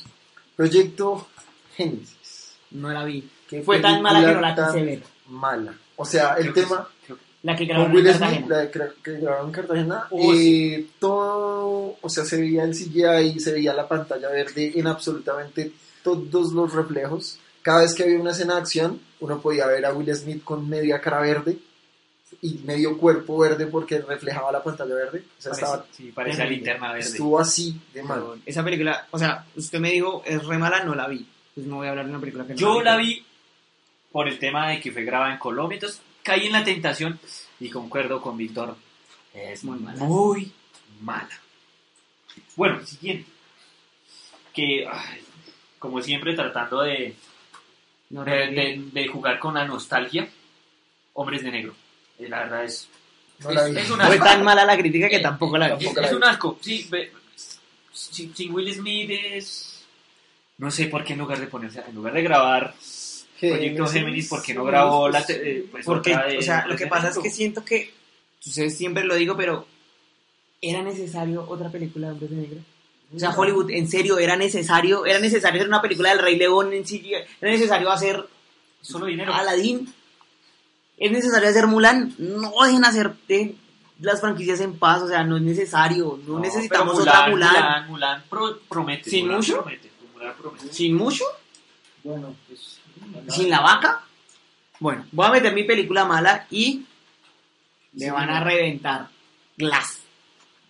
S1: Proyecto Génesis.
S3: no la vi.
S1: ¿Qué
S3: Fue tan mala que no la
S1: película
S3: quise
S1: tan
S3: ver.
S1: mala. O sea, el
S2: Creo que
S1: tema
S2: es- creo que-
S3: La que
S1: con
S3: grabaron
S1: Will
S3: en
S1: Smith,
S3: Cartagena.
S1: la de cra- que grabaron en Cartagena,
S2: Oh, sí.
S1: eh, todo, o sea, se veía el CGI, se veía la pantalla verde en absolutamente todos los reflejos. Cada vez que había una escena de acción, uno podía ver a Will Smith con media cara verde y medio cuerpo verde porque reflejaba la pantalla verde. O sea,
S2: parece-
S1: estaba,
S2: sí, parece la linterna verde.
S1: estuvo así de mal.
S3: Pero Esa película, o sea, usted me dijo, es re mala, no la vi. Pues no voy a hablar de una película que no
S2: Yo la vi por el tema de que fue grabada en Colombia, entonces caí en la tentación y concuerdo con Víctor. Es
S3: Muy
S2: muy
S3: mala.
S2: mala. Muy mala. Bueno, siguiente. Que, ay, como siempre, tratando de,
S3: No,
S2: de, de- de jugar con la nostalgia, Hombres de Negro. Eh, La verdad es,
S1: No la
S2: es-
S1: vi.
S2: es una-
S3: Fue tan mala la crítica que tampoco la vi.
S2: es,
S1: Tampoco la
S2: es
S1: vi.
S2: un asco. Sí, ve- si, si Will Smith es... No sé por qué en lugar de ponerse, en lugar de grabar Proyecto Géminis, ¿por qué no grabó la te- eh, pues,
S3: Porque,
S2: otra de-
S3: o sea, lo
S2: de
S3: que pasa es
S2: Memento?
S3: que siento que, ustedes siempre lo digo, pero era necesario otra película de hombres de negro. O sea, Hollywood, en serio, era necesario, era necesario hacer una película del Rey León en sí, era necesario hacer
S2: Solo dinero.
S3: Aladdin, es necesario hacer Mulan, no dejen hacer eh, las franquicias en paz, o sea, no es necesario, no,
S2: No,
S3: necesitamos
S2: pero
S3: otra Mulan.
S2: Mulan, Mulan pro- promete.
S3: ¿Sin
S2: Mulan
S3: mucho?
S2: promete, Mulan promete.
S3: Sin mucho,
S1: Bueno,
S2: Es-
S3: sin la vaca. Bueno, voy a meter mi película mala y me
S1: Sí.
S3: van a reventar. Glass.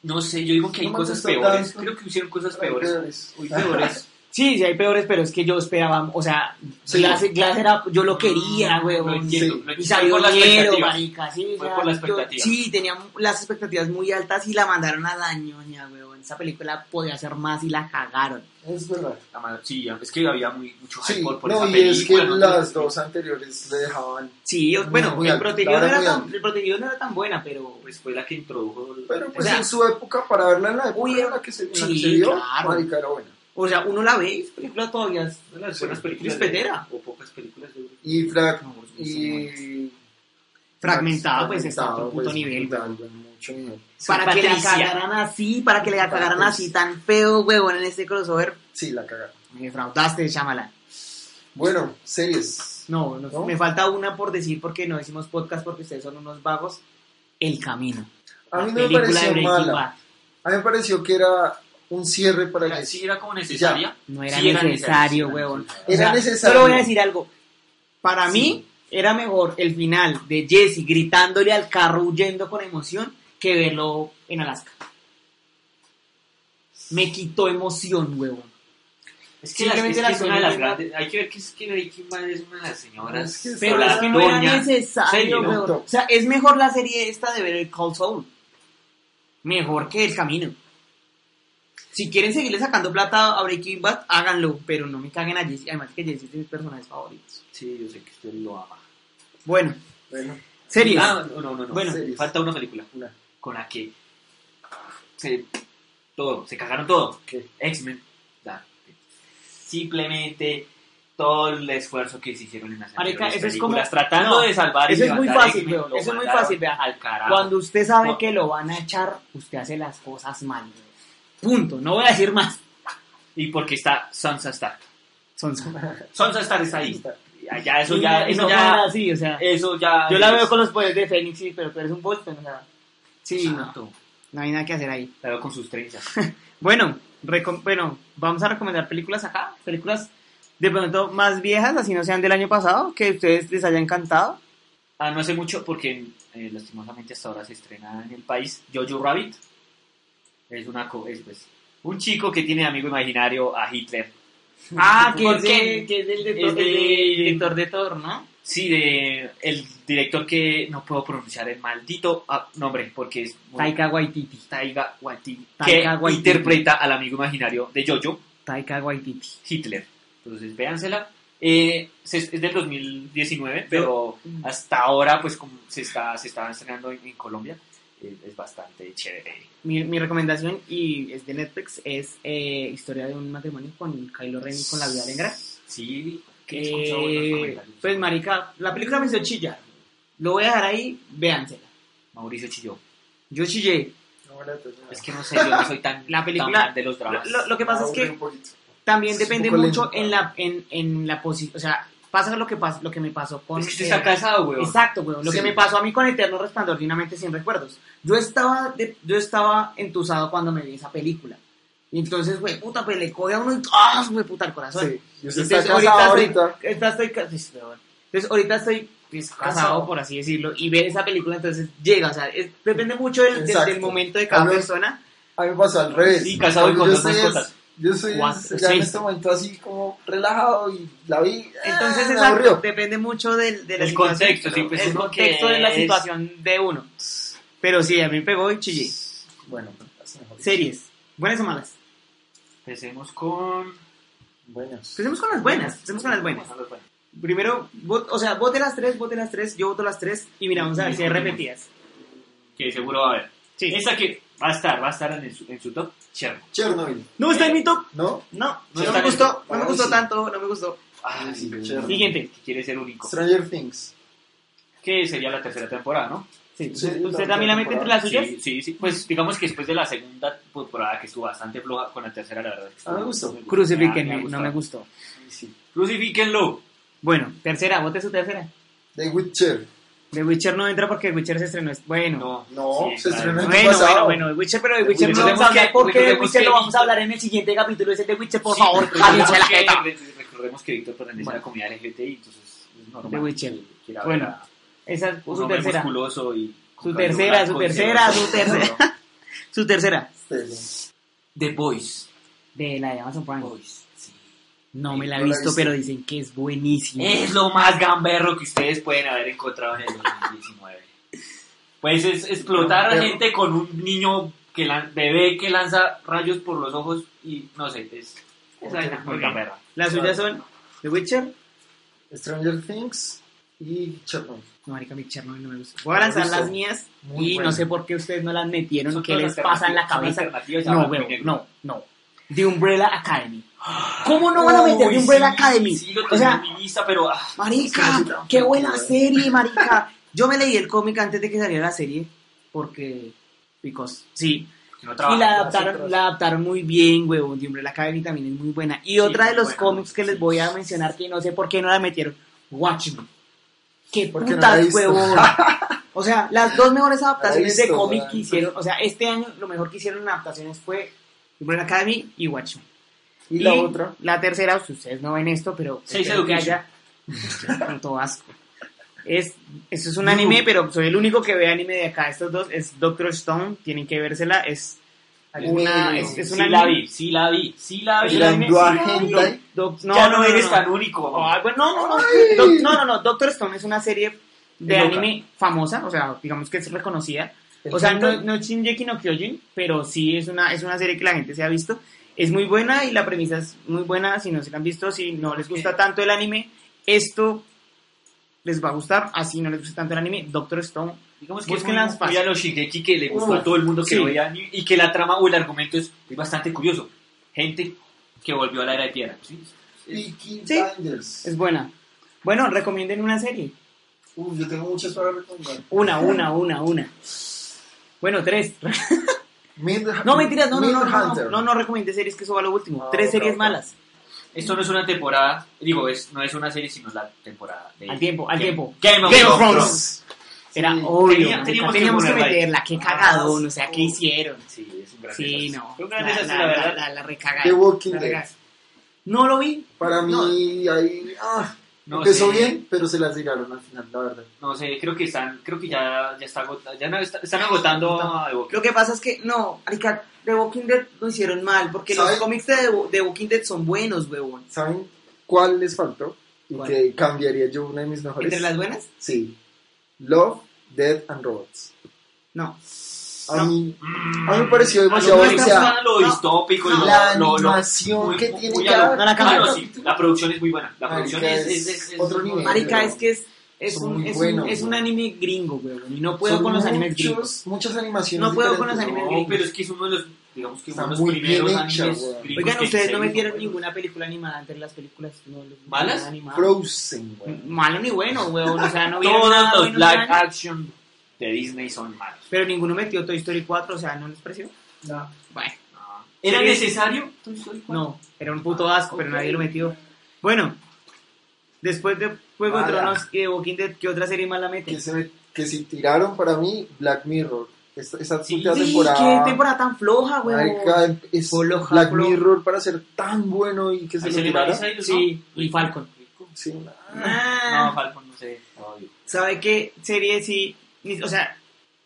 S2: No sé, yo digo que hay
S1: No me
S2: cosas
S1: gustó
S2: peores.
S1: tanto.
S2: Creo que hicieron cosas
S1: Ay,
S2: peores.
S1: peores.
S2: Uy, peores.
S3: Sí, sí hay peores, pero es que yo esperaba, o sea,
S1: Sí.
S3: Glass, Glass era, yo lo quería,
S2: Mm, lo
S3: weón.
S2: entiendo,
S1: sí.
S2: lo
S3: Ah, Y
S2: entiendo. Fue
S3: salió
S2: por las
S3: ñero,
S2: expectativas.
S3: marica, sí, o
S2: Fue
S3: sea,
S2: por las
S3: yo-
S2: expectativas.
S3: sí, tenía las expectativas muy altas y la mandaron a la ñoña, weón. Esa película podía hacer más y la cagaron.
S1: es verdad.
S2: La madre- Sí, ya, es que había muy, mucho hype
S1: Sí,
S2: por, por
S1: no,
S2: esa
S1: y es que
S2: película, ¿no?
S1: las dos anteriores le dejaban.
S3: Sí, yo- bueno,
S1: Muy
S3: el,
S1: alta,
S3: protegido
S1: la
S3: no
S1: verdad
S3: era
S1: muy
S3: tan,
S1: alta.
S3: el protegido no era tan buena, pero...
S2: Pues fue la que introdujo.
S1: Pero pues
S3: O sea,
S1: en su época, para verla en la época
S3: uy,
S1: en la que se, en la que
S3: sí,
S1: se vio,
S3: claro.
S1: marica, era buena.
S3: O sea, uno la ve y esa película todavía es...
S2: Una de las buenas películas.
S3: Crispetera.
S2: de- o pocas películas. de-
S1: Y Frag...
S3: No, pues, no sé,
S1: Y...
S3: Fragmentado, pues, está a otro puto
S1: pues,
S3: nivel,
S1: brutal, mucho nivel.
S3: Para que la
S2: Patricia.
S3: cagaran así, para que la cagaran
S1: Patricia.
S3: así tan feo, weón, en este crossover.
S1: Sí, la cagaron.
S3: Me fraudaste, Shyamalan.
S1: Bueno, series.
S3: No, no,
S1: ¿No?
S3: me falta una por decir porque no hicimos podcast porque ustedes son unos vagos. El Camino.
S1: A
S3: La
S1: mí no me
S3: película de
S1: pareció
S3: Breaking
S1: mala.
S3: Bad.
S1: A mí me pareció que era un cierre para
S2: Era-
S1: el
S2: Sí, era como necesaria.
S3: No era
S2: Sí, era
S3: necesario,
S2: necesario,
S3: huevón.
S1: Era necesario.
S3: Solo voy a decir algo. Para
S1: Sí.
S3: mí era mejor el final de Jesse gritándole al carro huyendo con emoción que verlo en Alaska. Me quitó emoción, huevón.
S2: Es que, las- es
S3: Simplemente
S2: que
S3: la
S2: es una de las
S3: señora-
S2: grandes. Hay que ver que es que Breaking Bad es una de las señoras.
S1: Es que es-
S3: Pero
S1: Ahora,
S3: es que no
S2: doña-
S3: era
S2: serie,
S3: necesario,
S2: ¿no?
S3: weón. O sea, es mejor la serie esta de ver el Cold Soul. Mejor que El Camino. Si quieren seguirle sacando plata a Breaking Bad, háganlo, pero no me caguen a Jesse. Además que Jesse es de mis personajes favoritos.
S2: Sí, yo sé que usted lo ama.
S3: Bueno,
S1: Bueno,
S3: series.
S2: Ah, no, no, no. no.
S3: Bueno,
S1: series.
S2: falta una película
S1: una.
S2: con la que se, todo, se cagaron todo.
S1: ¿Qué?
S2: X-Men. da. Simplemente todo el esfuerzo que se hicieron en las
S3: Marica,
S2: anteriores
S3: eso es
S2: películas,
S3: como-
S2: tratando
S3: no,
S2: de salvar y
S3: eso es muy
S2: levantar
S3: fácil,
S2: X-Men,
S3: weón,
S2: lo
S3: eso es muy
S2: mandaron
S3: fácil, vea.
S2: Al carajo.
S3: Cuando usted sabe
S2: No.
S3: que lo van a echar, usted hace las cosas mal. weón. Punto. No voy a decir más.
S2: Y porque está Sansa Stark.
S3: Son
S2: Sansa Stark está ahí. Ya, eso
S3: Y
S2: ya,
S3: no- y
S2: eso
S3: no
S2: ya,
S3: fuera así, o sea,
S2: eso ya.
S3: yo la veo con los poderes de Fénix, sí, pero tú eres un Bolton, o sea. Ah. Sí, no,
S2: Exacto.
S3: no hay nada que hacer ahí.
S2: La veo con sus trenzas.
S3: Bueno, recom- bueno, vamos a recomendar películas acá, películas de pronto más viejas, así no sean del año pasado, que a ustedes les haya encantado.
S2: Ah, no hace mucho, porque eh, lastimosamente hasta ahora se estrena en el país Jojo Rabbit. Es una co- es, pues, un chico que tiene de amigo imaginario a Hitler.
S3: Ah,
S2: que es de-
S3: que es el
S2: es de-
S3: director de Thor, ¿no?
S2: Sí, de el director que no puedo pronunciar el maldito ah, nombre porque es muy-
S3: Taika Waititi.
S2: Taiga Waititi, que
S3: Taika Waititi.
S2: interpreta al amigo imaginario de Jojo,
S3: Taika Waititi.
S2: Hitler. Entonces, véansela. Eh, se- es del 2019, pero
S3: mm.
S2: hasta ahora pues como se está se está estrenando en, en Colombia. Eh, es bastante chévere.
S3: Mi, mi recomendación, y es de Netflix, es eh, Historia de un matrimonio con Kylo Ren y con la vida negra.
S2: Sí, que escuchó buenos
S3: Que,
S2: comentarios.
S3: pues, marica, la película me hizo chillar. Lo voy a dejar ahí, véansela.
S2: Mauricio chilló.
S3: Yo chillé.
S1: No, la otra, no.
S2: Es que no sé, yo no soy tan
S3: La película-
S2: tan fan de los dramas.
S3: Ah. Lo, lo que pasa es
S1: Aburre
S3: que
S1: un poquito.
S3: también
S1: Es un
S3: depende
S1: poco
S3: mucho
S1: lento.
S3: en la en, en la posición, o sea, pasa lo que pas- lo que me pasó con
S2: es que usted
S3: eh,
S2: está casado, weón.
S3: Exacto, weón. Lo
S1: Sí.
S3: que me pasó a mí con Eterno Resplandor de una mente sin recuerdos. Yo estaba de- yo estaba entusado cuando me vi esa película. Y entonces, güey, puta, pues le coge a uno y ¡ah! güey, puta el corazón.
S1: Sí, yo se está
S3: Entonces,
S1: casado
S3: estoy-
S1: ahorita.
S3: esta estoy ca- pues, weón. Entonces, ahorita estoy pues, casado,
S1: Casado.
S3: por así decirlo, y ver esa película entonces llega, o sea, es- depende mucho del, del- del
S1: Exacto.
S3: momento de cada
S1: Hablo-
S3: persona.
S1: A mí me pasó al revés.
S2: Sí, casado y
S1: Cuando
S2: con
S1: yo
S2: dos
S1: estoy es-
S2: mascotas.
S1: Yo soy
S3: Cuatro,
S1: ya en
S3: seis.
S1: este momento así como relajado y la vi. ah,
S3: Entonces,
S1: me
S3: exacto,
S1: aburrió.
S3: depende mucho del, de la
S2: El
S3: situación.
S2: contexto, sí, pues
S3: el
S2: uno que
S3: contexto de la
S2: es-
S3: situación de uno. Pero sí, a mí me pegó y chillé. pues,
S1: Bueno, así mejor.
S3: Series, buenas o malas.
S2: Empecemos con...
S1: Buenas.
S3: Empecemos con las buenas, empecemos con las buenas. Primero, vot- o sea, vote las tres, vote las tres, yo voto las tres y mira, vamos a ver si hay repetidas.
S2: Que seguro va a haber.
S3: Sí.
S2: Esa que va a estar, va a estar en su, en su top, Chernobyl.
S1: Chernobyl,
S3: No está en mi top.
S1: ¿no?
S3: No,
S2: No
S3: no,
S2: está
S3: me
S2: en mi
S3: gustó,
S1: top.
S3: no me
S1: Ah,
S3: gustó
S1: sí.
S3: tanto, no me gustó.
S2: Ah,
S1: sí,
S2: sí,
S1: Chernobyl.
S3: Siguiente.
S2: que quiere ser único.
S1: Stranger Things.
S2: Que sería la tercera temporada, ¿no?
S3: Sí,
S1: Sí,
S3: ¿Usted
S1: la
S3: también la mete entre
S1: temporada.
S3: las suyas?
S2: Sí, sí, sí. Pues digamos que después de la segunda temporada que estuvo bastante floja con la tercera, la verdad. que estuvo-
S1: Ah, me gustó.
S2: gustó.
S3: Crucifíquenme,
S2: Ah,
S3: no me gustó.
S1: Sí.
S2: Crucifíquenlo.
S3: Bueno, tercera, vote su tercera.
S1: The Witcher.
S3: The Witcher no entra porque The Witcher se estrenó. es- Bueno,
S2: No,
S1: No,
S2: sí,
S1: se
S2: claro.
S1: estrenó el año
S3: Bueno, bueno,
S1: pasado.
S3: bueno, The Witcher, pero The
S1: The
S3: Witcher no
S1: Witcher.
S3: vamos a hablar
S2: Tenemos que-
S3: porque The
S2: tenemos
S3: Witcher
S2: que-
S3: lo vamos a hablar en el siguiente capítulo, es el de Witcher, por
S2: Sí,
S3: favor,
S2: pero recordemos
S3: cállense la
S2: que-
S3: jeta.
S2: re- Recordemos que Víctor pertenece a la comunidad LGBTI, entonces es normal.
S3: The Witcher.
S2: que quiera
S3: Bueno,
S2: ver a
S3: Esa es
S2: un
S3: su
S2: hombre
S3: tercera.
S2: musculoso y con
S3: Su
S2: cabello
S3: tercera,
S2: blanco
S3: su
S2: y
S3: tercera,
S2: celoso.
S3: su tercera. Su tercera,
S1: Sí,
S2: The Boys.
S3: de la de Amazon Prime.
S2: Boys. sí.
S3: No me la he
S1: No la he
S3: visto,
S1: visto.
S3: pero dicen que es buenísima.
S2: Es lo más gamberro que ustedes pueden haber encontrado en el 2019. Pues es explotar a
S1: Gamberro.
S2: gente con un niño que lan- bebé que lanza rayos por los ojos y no sé, es, es la
S3: Muy
S2: mejor
S3: bien.
S2: gamberra.
S3: Las suyas son The Witcher.
S1: Stranger Things y Chernobyl.
S3: No, marica, mi Chernobyl no me gusta. Voy a lanzar
S1: Me gustó.
S3: las mías
S1: Muy
S3: y
S1: buena.
S3: no sé por qué ustedes no las metieron.
S2: Son
S3: ¿Qué
S2: todas
S3: les pasa en la
S2: alternativas, son
S3: cabeza?
S2: alternativas,
S3: No,
S2: llaman
S3: weón,
S2: negro.
S3: no, no. The Umbrella Academy. ¿Cómo no van a meter
S2: Uy,
S3: The Umbrella
S2: sí,
S3: Academy?
S2: Sí, lo
S3: o
S2: tenía en
S3: sea,
S2: mi lista, pero ah,
S1: Sí,
S3: marica,
S1: sí, sí.
S3: qué buena serie, marica. Yo me leí el cómic antes de que saliera la serie porque... Because, sí.
S2: que no
S3: Y la
S2: trabaja.
S3: adaptaron, la adaptaron muy bien, huevón. The Umbrella Academy también es muy buena. Y otra de
S2: muy
S3: los
S2: buena,
S3: cómics que les
S2: sí.
S3: voy a mencionar que no sé por qué no la metieron. Watchmen. Qué
S1: Porque no la he
S3: putas,
S1: visto.
S3: huevón. O sea, las dos mejores adaptaciones
S1: visto,
S3: de cómic
S1: man.
S3: que hicieron. O sea, este año lo mejor que hicieron en adaptaciones fue The Umbrella Academy y Watchmen.
S1: Y la otra.
S3: La tercera, si ustedes no ven esto, pero
S2: Sex
S3: espero que
S2: Education.
S3: haya- tanto asco. Es, eso es un anime, pero soy el único que ve anime de acá. Estos dos es Doctor Stone, tienen que vérsela. Es una,
S1: Anime.
S3: es, es
S2: sí
S3: un
S2: la
S3: anime.
S2: vi, sí la vi, sí la vi.
S1: Y la lenguaje
S3: Sí, la vi.
S1: hentai.
S3: Doc-
S2: ya no, eres tan único.
S3: Ay, bueno, no, no, no.
S1: Ay.
S3: Doc- no, no, no. Doctor Stone es una serie de
S1: Es loca.
S3: anime famosa, o sea, digamos que es reconocida. O sea, no, no es Shinjeki no Kyojin, pero sí es una, es una serie que la gente se ha visto. Es muy buena y la premisa es muy buena. Si no se la han visto, si no les gusta
S2: Ok.
S3: tanto el anime, esto les va a gustar. Así no les gusta tanto el anime, Doctor Stone.
S2: Digamos que
S3: Busquen
S2: es muy-
S3: las fácil.
S2: muy a los Shingeki que le gustó
S1: Uf,
S2: a todo el mundo que
S3: sí.
S2: lo veía y y que la trama o el argumento es, es bastante curioso. Gente que volvió a la era de piedra. ¿sí?
S1: Peaky
S3: Sí.
S1: Blinders.
S3: Es buena. Bueno, recomienden una serie.
S1: Uf, yo tengo muchas para recomendar.
S3: Una, una, una, una. Bueno, tres.
S1: Mid-
S3: No, mentiras, no, no, no, no, no,
S1: Mindhunter.
S3: no, no recomiende series, que eso va lo último.
S1: Ah,
S3: tres
S1: ok,
S3: series
S1: ok.
S3: malas.
S2: Esto no es una temporada, digo, es, no es una serie, sino la temporada. De
S3: Al tiempo, al
S2: Game-
S3: tiempo.
S2: Game of,
S3: Game of
S2: Thrones.
S3: Thrones. Era
S1: Sí.
S3: obvio.
S2: Tenía-
S3: marica,
S2: teníamos
S3: teníamos,
S2: que
S3: que,
S2: ponerla ahí.
S3: meterla. Qué cagado, o sea, ¿qué
S1: Ah,
S3: hicieron?
S2: Sí, es un gran
S3: Sí,
S2: desastre.
S3: no.
S2: Fue un
S3: La,
S2: gran
S3: la,
S2: desastre,
S3: la,
S2: la verdad.
S3: la- la recagada.
S1: The Walking
S3: La
S1: Dead.
S3: recagada. No lo vi.
S1: Para
S3: No.
S1: mí, ahí. Ah,
S2: No
S1: empezó
S2: sé.
S1: bien, pero se las tiraron al final, la verdad.
S2: No sé, creo que están, creo que ya, ya está agota- ya no, está- están agotando a The Walking
S3: Lo que pasa es que, no, marica, The Walking Dead lo hicieron mal, porque los
S1: ¿Sabe?
S3: cómics de The- The Walking Dead son buenos, huevón.
S1: ¿Saben cuál les faltó? Y
S3: ¿Cuál?
S1: que cambiaría yo una de mis mejores.
S3: ¿Entre las buenas?
S1: Sí. Love, Dead and Robots.
S3: No.
S1: A
S3: No.
S1: mí,
S2: Mm.
S1: a mí me pareció demasiado.
S2: A
S1: O
S2: lo, mejor
S1: sea,
S2: está lo
S3: no,
S2: distópico y
S3: no,
S2: lo-
S1: la
S2: lo- lo-
S1: animación
S2: muy-
S1: que
S2: muy
S1: tiene
S2: a
S1: cada
S2: lo-
S3: no la cambiaron.
S2: Claro, sí, la producción es muy buena. La
S1: Marica,
S2: producción es,
S1: es
S2: es- es-
S1: otro nivel.
S3: Marica,
S1: pero
S3: es que es, es,
S1: son
S3: un,
S1: muy
S3: es,
S1: buenos,
S3: un, es un
S1: huevón.
S3: anime gringo, huevón, y no puedo
S1: son
S3: con los animes
S1: muchos-
S3: gringos.
S1: Muchas animaciones.
S3: No puedo con los
S1: diferentes.
S3: animes
S2: No, pero es que es uno de los, digamos que
S1: pues, Está
S2: uno de los
S1: muy bien
S2: primeros
S1: hecha,
S2: animes
S1: weón.
S2: gringos
S3: Oigan,
S2: que
S3: ustedes
S2: se
S3: no
S2: hizo,
S3: metieron
S2: weón.
S3: ninguna película animada entre las películas. no, los-
S2: ¿Malas?
S3: animadas.
S1: Frozen, güey.
S3: Malo ni bueno, weón. O sea, no vieron
S2: Todos
S3: nada
S2: los
S3: bueno,
S2: live
S3: nada.
S2: action de Disney son malos.
S3: Pero ninguno metió Toy Story 4, o sea, no les pareció. Bueno,
S2: No. ¿Era
S3: Sí.
S2: necesario? Toy Story cuatro?
S3: no, era un puto asco, pero nadie lo metió. Bueno, después de Juego de
S1: Mala.
S3: Tronos y de Walking Dead, ¿qué otra serie más la meten?
S1: Que, se, que si tiraron para mí Black Mirror. Esta, esta
S2: Sí,
S1: última
S3: Sí,
S1: temporada.
S3: qué temporada tan floja,
S1: marica, em,
S3: weón.
S1: es
S3: Floja,
S1: Black
S3: floja.
S1: Mirror para ser tan bueno y que se
S2: Ahí
S1: lo
S2: se le va
S1: tirara.
S2: Cyrus,
S3: Sí,
S2: ¿no?
S3: y Falcon.
S1: Sí, una-
S2: No,
S3: Ah,
S2: Falcon no sé. obvio.
S3: ¿Sabe qué serie sí? O sea,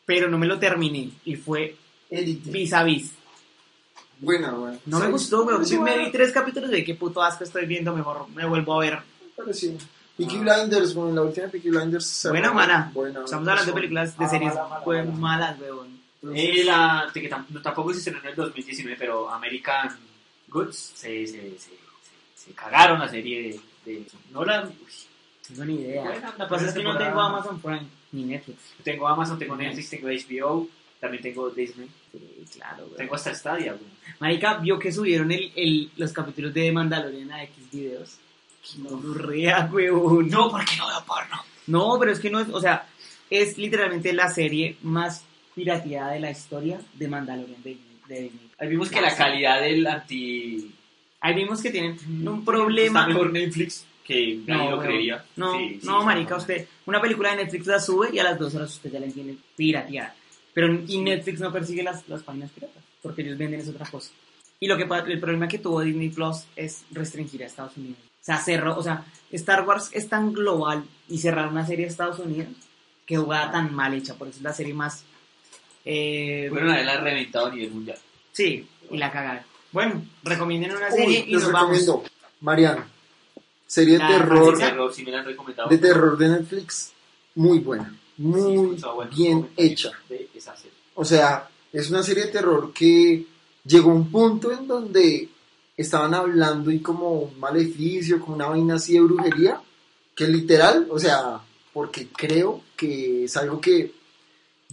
S3: pero no me lo terminé y fue
S1: Elite.
S3: vis a vis.
S1: Bueno, bueno.
S3: No me
S1: Sí,
S3: gustó, weón.
S1: sí,
S3: Yo me
S1: bueno,
S3: vi tres capítulos de qué puto asco estoy viendo, mejor me vuelvo a ver.
S1: Pero sí. Peaky
S3: Ah.
S1: Blinders, bueno, la última de Peaky Blinders. se
S3: Buena o
S1: armó-
S3: mala.
S1: Buena.
S3: Estamos hablando de películas, de
S4: Ah,
S3: series
S4: mala, mala,
S3: pues,
S4: mala.
S3: malas, weón.
S2: Eh, la, que tam- no, tampoco se estrenó en el 2019, pero American Goods se, se, se, se- se cagaron la serie de, de- No la... uy,
S3: Tengo ni idea.
S2: Buena,
S3: Lo que pasa es que no
S2: temporada.
S3: tengo Amazon Prime ni Netflix.
S2: tengo Amazon, tengo Netflix, tengo HBO, también tengo Disney,
S3: Sí, claro, weón.
S2: tengo hasta Stadia, güey.
S3: Marica vio que subieron el, el- los capítulos de Mandalorian a X videos. Que no aburría, weón.
S2: No, porque no veo porno.
S3: No, pero es que no es, o sea, es literalmente la serie más pirateada de la historia de Mandalorian de, de Disney.
S2: Ahí vimos
S3: Ah,
S2: que la calidad del anti...
S3: Ahí vimos que tienen un problema.
S2: Está mejor Netflix que nadie lo
S3: weón.
S2: creería.
S3: No,
S2: Sí, sí,
S3: no,
S2: está
S3: marica,
S2: mejor.
S3: usted una película de Netflix la sube y a las dos horas usted ya la entiende pirateada. Pero y Netflix no persigue las, las páginas piratas, porque ellos venden es otra cosa. Y lo que pa- el problema que tuvo Disney Plus es restringir a Estados Unidos. O sea, cerró, o sea, Star Wars es tan global y cerrar una serie a Estados Unidos que jugada tan mal hecha, por eso es la serie más eh,
S2: Fueron a haberla reventado a nivel mundial.
S3: sí, y la cagaron. Bueno, recomienden una
S1: Uy,
S3: serie y
S1: les
S3: nos vamos.
S1: recomiendo. Mariano. Serie de
S3: Nada,
S1: terror.
S3: Francisca.
S2: Terror, sí me la han recomendado.
S1: de terror de Netflix muy buena,
S2: Sí, he
S1: muy
S2: escuchado buenos
S1: bien
S2: comentarios
S1: hecha.
S2: de esa serie.
S1: O sea, es una serie de terror que llegó a un punto en donde estaban hablando y como un maleficio, como una vaina así de brujería, que literal, o sea, porque creo que es algo que,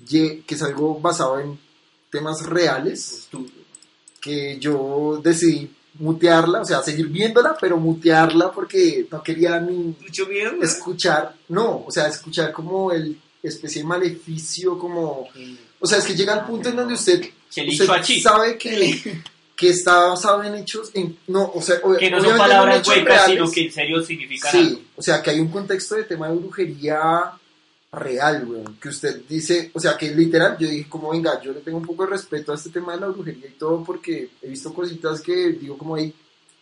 S1: lle- que es algo basado en temas reales,
S2: Pues tú,
S1: que yo decidí mutearla, o sea, seguir viéndola, pero mutearla porque no quería ni,
S3: Mucho miedo. ¿no?
S1: escuchar, no, o sea, escuchar como el especie de maleficio, como,
S3: Eh,
S1: o sea, es que llega el punto en donde usted,
S2: Chelicho
S1: usted
S2: Achi.
S1: sabe que, que está basado en hechos, en, no, o sea, ob-
S2: Que no
S1: obviamente
S2: son
S1: en
S2: palabras
S1: hechos
S2: huecas, sino
S1: reales.
S2: que en serio significan algo.
S1: sí, o sea, que hay un contexto de tema de brujería real, weón, que usted dice, o sea, que literal, yo dije como, venga, yo le tengo un poco de respeto a este tema de la brujería y todo, porque he visto cositas que digo como, ahí,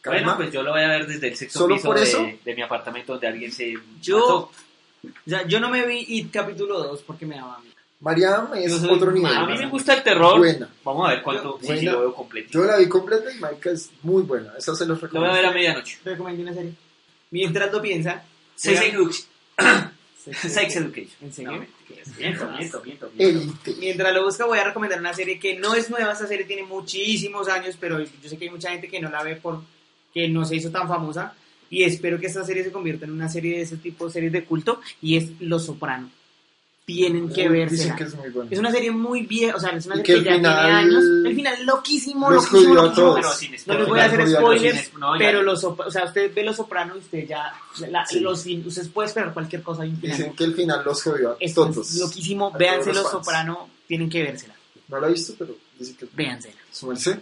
S2: Bueno, pues yo lo voy a ver desde el sexto
S1: ¿Solo
S2: piso
S1: por
S2: de,
S1: eso?
S2: de mi apartamento donde alguien se
S3: Yo-
S2: mató.
S3: O sea, yo no me vi IT capítulo 2 porque me daba miedo.
S1: Mariam es
S3: Yo soy
S1: otro nivel,
S2: A
S3: malo.
S2: mí me gusta el terror.
S1: buena.
S2: Vamos a ver cuánto. Sí, sí,
S1: Bueno.
S2: lo veo completo.
S1: Yo la vi completa y Marica es muy buena. Esa se los
S2: Lo voy a
S1: recomiendo.
S2: ver a medianoche.
S3: Recomendé una serie. Mientras lo piensa.
S2: Sex
S3: Oigan.
S2: Education. Sex
S3: Sex-
S2: Education.
S3: ¿En serio?
S2: No, mentiras. Miento, miento, miento. miento.
S1: Elite.
S3: Mientras lo busca voy a recomendar una serie que no es nueva, esta serie tiene muchísimos años, pero yo sé que hay mucha gente que no la ve porque no se hizo tan famosa y espero que esta serie se convierta en una serie de ese tipo, series de culto y es Los Soprano. Tienen que verse.
S1: Dicen que es muy buena.
S3: Es una serie muy vieja, o sea, es una
S1: Y que
S3: serie que,
S1: el
S3: ya
S1: final-
S3: tiene años. El final loquísimo,
S1: Lo
S3: loquísimo,
S1: jodió a
S3: loquísimo,
S1: todos.
S3: pero
S2: Pero sin
S3: No
S2: spoilers.
S3: les voy a hacer
S1: Jodió a todos.
S3: spoilers,
S2: No, ya.
S3: pero los, sopra- o sea, usted ve los soprano y usted ya, la-
S1: Sí.
S3: los, fin- usted puede esperar cualquier cosa de un final.
S1: Dicen que el final los jodió a
S3: Esto
S1: todos.
S3: es loquísimo,
S1: A
S3: véanse
S1: todos los
S3: los
S1: fans.
S3: soprano, tienen que vérsela,
S1: No lo he visto, pero dicen que
S3: véansela.
S1: su merced.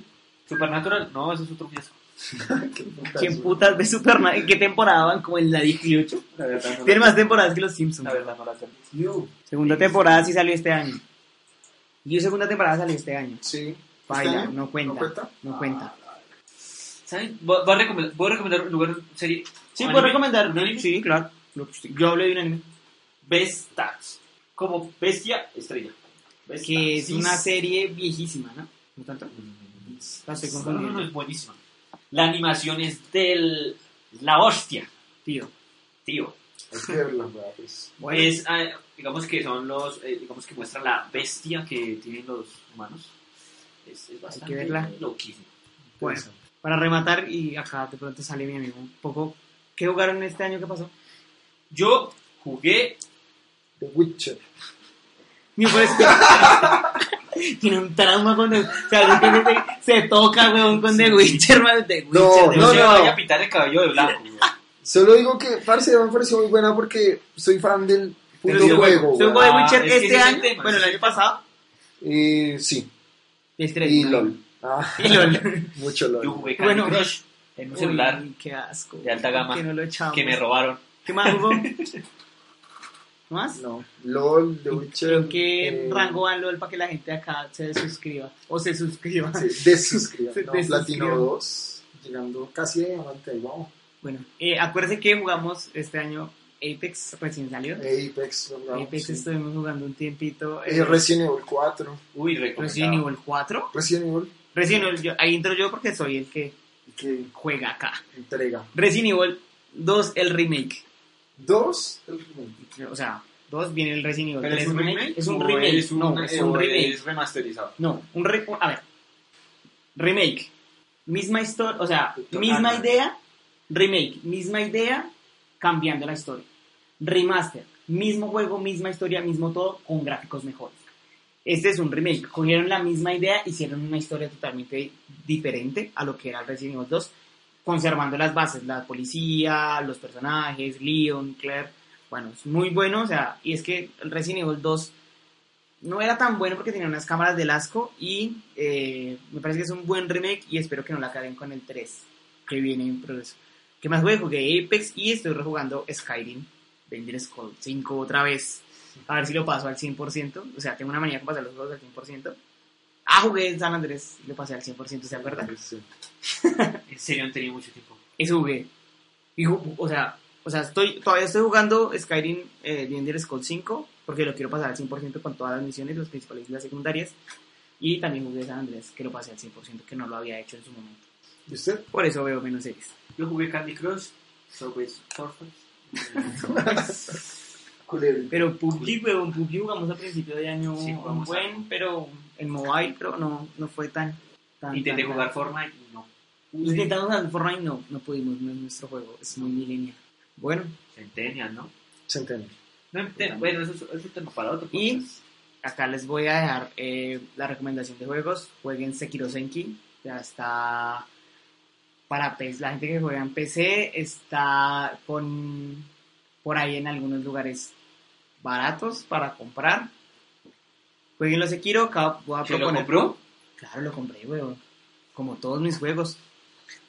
S2: Supernatural, no, eso es otro fiasco.
S1: que puta es
S3: ¿Quién
S1: buena.
S3: putas ve Superman? ¿En qué temporada van? Como en la 18.
S2: La verdad, no
S3: Tiene
S2: la,
S3: más temporadas que los Simpsons.
S2: la verdad, no la terminé.
S1: You.
S3: Segunda temporada sí salió este año. Yo segunda temporada salió este año.
S1: Sí. ¿Este
S3: Baila,
S1: año?
S3: no cuenta.
S1: ¿No cuenta?
S3: No cuenta.
S2: ¿Saben? Voy voy a recomendar, voy a recomendar un lugar, serie.
S3: Sí,
S2: anime.
S3: puedo recomendar.
S2: ¿Un anime?
S3: Sí, claro. Lo que usted- Yo hablé de un anime.
S2: Beastars. Como bestia estrella. Beastars.
S3: Que es
S2: Sí,
S3: una
S2: sí.
S3: serie viejísima, ¿no? ¿No tanto? La estoy
S2: No, no, no,
S3: confundiendo.
S2: es buenísima. La animación es del... La hostia,
S3: Tío.
S2: tío.
S1: Hay que verla, weá, pues.
S3: Bueno,
S2: Es, ah, digamos que son los... eh, digamos que muestra la bestia que tienen los humanos. Es, es bastante
S3: que verla.
S2: loquísimo.
S3: bueno. Para rematar, y acá de pronto sale mi amigo un poco. ¿Qué jugaron este año? ¿Qué pasó?
S2: Yo jugué...
S1: The Witcher.
S3: Mi pues, Tiene un trauma con el. O sea, yo creo que se, se toca, weón, con The Witcher, man. The Witcher.
S1: No,
S3: The
S2: No,
S1: no,
S2: se
S1: no.
S2: vaya a pintar el cabello de blanco. güey.
S1: Solo digo que, parce, me pareció muy buena porque soy fan del
S3: Pero
S1: puto
S3: sí,
S1: juego.
S3: Se
S1: weá.
S3: jugó The
S2: Ah,
S3: Witcher
S2: es que ese
S3: este
S2: es el
S3: año.
S2: tema,
S3: Bueno, el
S2: ese es
S3: año pasado.
S1: Eh, sí.
S3: Y este
S1: Y
S3: año.
S1: LOL. Ah,
S3: Y LOL.
S1: mucho
S2: Yo
S1: LOL.
S2: jugué Candy
S3: Bueno.
S2: Crush en un celular
S3: Uy, qué asco.
S2: de alta gama
S3: Que no lo echamos.
S2: que me robaron.
S3: ¿Qué más, Hugo? ¿Qué más?
S1: No. LOL, The Witcher.
S3: ¿En qué
S1: eh,
S3: rango van LOL para que la gente acá se suscriba? O se suscriba.
S1: Sí, desuscriban,
S3: Se
S1: ¿no?
S3: desuscriban.
S1: Platino 2, llegando casi a diamante, wow.
S3: Bueno, eh, acuérdense que jugamos este año Apex, recién salió.
S1: Apex, lo grabamos,
S3: Apex
S1: sí.
S3: estuvimos jugando pues un tiempito. eh,
S1: Eh, Resident Evil 4,
S2: Uy,
S3: Resident
S2: recomendado.
S3: Evil 4.
S1: Resident Evil
S3: Resident Evil, yo- ahí entro yo porque soy el que
S1: que
S3: juega acá.
S1: entrega.
S3: Resident Evil 2, el remake.
S1: Dos,
S3: O sea, 2 viene el Resident Evil.
S4: ¿Pero es
S3: tres
S4: un remake?
S3: Es un
S4: ¿O
S3: remake.
S4: es un-
S2: eh,
S3: no, es un
S4: o
S3: remake.
S4: es remasterizado.
S3: No, un re- un- a ver. Remake. Misma historia, o sea,
S4: Total.
S3: misma idea, remake, misma idea, cambiando la historia. Remaster, mismo juego, misma historia, mismo todo, con gráficos mejores. Este es un remake. Cogieron la misma idea, hicieron una historia totalmente diferente a lo que era Resident Evil 2, conservando las bases, la policía, los personajes, Leon, Claire. Bueno, es muy bueno, o sea, y es que el Resident Evil 2 no era tan bueno porque tenía unas cámaras del asco y eh, me parece que es un buen remake y espero que no la acaben con el 3 que viene en progreso. ¿Qué más jugué? Jugué Apex y estoy rejugando Skyrim, Danger Scrolls 5 otra vez. A ver si lo paso al 100%. O sea, tengo una manía con pasar los juegos al 100%. Ah, jugué San Andrés y lo pasé al 100%, o sea, es verdad.
S2: En serio, no tenía mucho tiempo.
S3: Eso jugué. Y ju- o sea, o sea estoy, todavía estoy jugando Skyrim eh, Danger Scrolls 5 porque lo quiero pasar al 100% con todas las misiones, los principales y las secundarias. Y también jugué San Andrés, que lo pasé al 100%, que no lo había hecho en su momento.
S1: ¿Y usted?
S3: Por eso veo menos series.
S2: Yo jugué Candy Crush, Subway Surfers.
S1: Culebra.
S3: Pero PUBG, weón, PUBG jugamos a principio de año
S2: Sí, jugamos
S3: un buen,
S2: algo.
S3: pero en mobile, pero no, no fue tan... tan
S2: Intenté
S3: tan-
S2: jugar Fortnite y no.
S3: Intentamos jugar Fortnite, no, no pudimos, no es nuestro juego, es muy milenial. Bueno, pues
S2: Centennial, ¿no?
S1: Se entiende.
S2: No entiendo. Bueno, eso es, eso es un tema para otro.
S3: Y-
S2: podcast.
S3: acá les voy a dejar eh, la recomendación de juegos. Jueguen Sekiro Senki, ya está para PES. La gente que juega en PC está con por ahí en algunos lugares baratos para comprar. Jueguen los Sekiro, acá voy a
S2: ¿Se lo
S3: proponer-
S2: compró?
S3: Claro, lo compré, weón. Como todos mis juegos.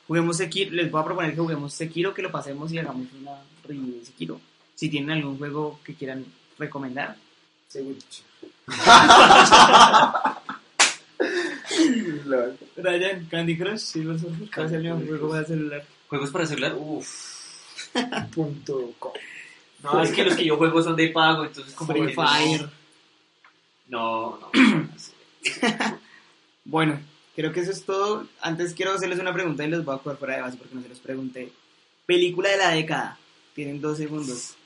S3: Juguemos Sekiro, les voy a proponer que juguemos Sekiro, que lo pasemos y hagamos una review de Sekiro. Si tienen algún juego que quieran recomendar,
S1: Seguro. Lol.
S3: Ryan, Candy Crush, Silver Surfer,
S1: ¿cuál es el nuevo juego para
S3: celular?
S2: ¿Juegos para celular? Uf.
S1: Punto com.
S2: No, es que los que yo juego son de pago, entonces como...
S3: Free
S2: que no.
S3: Fire.
S2: No, no.
S3: Bueno, creo que eso es todo. Antes quiero hacerles una pregunta y los voy a jugar fuera de base porque no se los pregunté. Película de la década. Tienen dos segundos.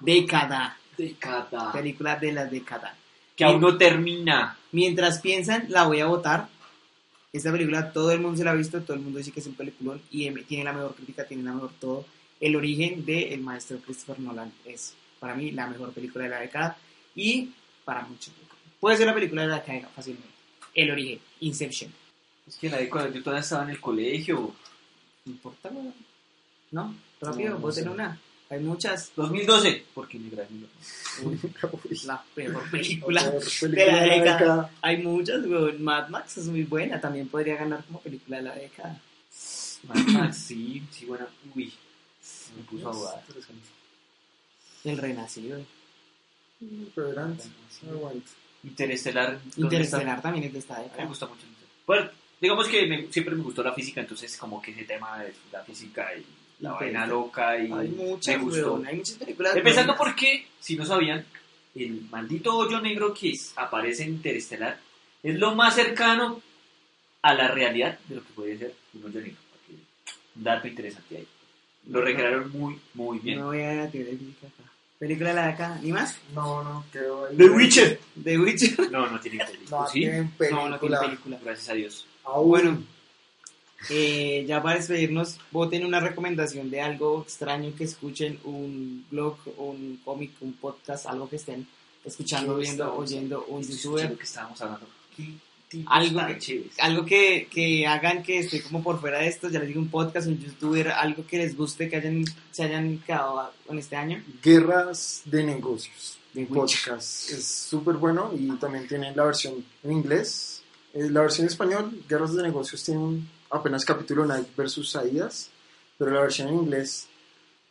S3: Década.
S2: Década.
S3: Película de la década.
S2: Que aún no termina.
S3: Mientras piensan, la voy a votar. Esta película todo el mundo se la ha visto, todo el mundo dice que es un peliculón y em- tiene la mejor crítica, tiene la mejor todo. El origen del el maestro Christopher Nolan es para mí la mejor película de la década y para mucho público. Puede ser la película de la década fácilmente. El origen, Inception.
S2: Es que la década yo todavía estaba en el colegio.
S3: No importa, weón. ¿no? Rápido,
S1: No, no
S3: voten
S1: sé.
S3: una. Hay muchas.
S2: 2012. Porque mi gran...
S1: Uy,
S3: La peor
S1: a
S3: película.
S1: ver, película de la
S3: década.
S1: década.
S3: Hay muchas, weón. Mad Max es muy buena. También podría ganar como película de la década.
S2: Mad Max, sí, sí, bueno. Uy. Me puso a jugar.
S3: El Renacido.
S1: Pero adelante, no aguanto.
S2: Interestelar. ¿dónde
S3: Interestelar también es de
S2: está? A
S3: esta
S2: mí me
S3: década.
S2: gusta mucho. Bueno, digamos que me- siempre me gustó la física, entonces como que ese tema de la física y la vaina loca y
S3: Hay muchas,
S2: me gustó.
S3: weón, hay muchas películas.
S2: Empezando
S3: buenas.
S2: porque, si no sabían, el maldito hoyo negro que es- aparece en Interestelar es lo más cercano a la realidad de lo que podría ser un hoyo negro. Para que- Un dato interesante ahí. Lo recrearon muy, muy bien.
S3: No voy a la teoría de física acá. Película de la década, ¿ni más?
S1: No, no, quedó ahí.
S3: Witcher. The Witcher.
S2: No, no tiene película.
S1: No,
S2: ¿sí?
S1: tienen
S3: No, no tiene
S1: película.
S3: película.
S2: Gracias a Dios.
S1: Aún.
S3: Bueno, eh, ya para despedirnos, voten una recomendación de algo extraño que escuchen, un blog, un cómic, un podcast, algo que estén escuchando,
S1: Sí,
S3: viendo,
S1: está.
S3: oyendo, un
S2: Es
S3: youtuber.
S2: lo que estábamos hablando. ¿Qué tipo
S3: Algo
S2: tan
S3: que-
S2: chévere?
S3: Algo que, que hagan que esté como por fuera de esto, ya les digo, un podcast, un youtuber, algo que les guste, que hayan, se hayan quedado con este año.
S1: Guerras de negocios.
S3: The Witcher.
S1: Podcast. Es súper bueno y también tienen la versión en inglés. Eh, La versión en español, Guerras de negocios, tiene un- apenas capítulo Nike versus Saidas, pero la versión en inglés,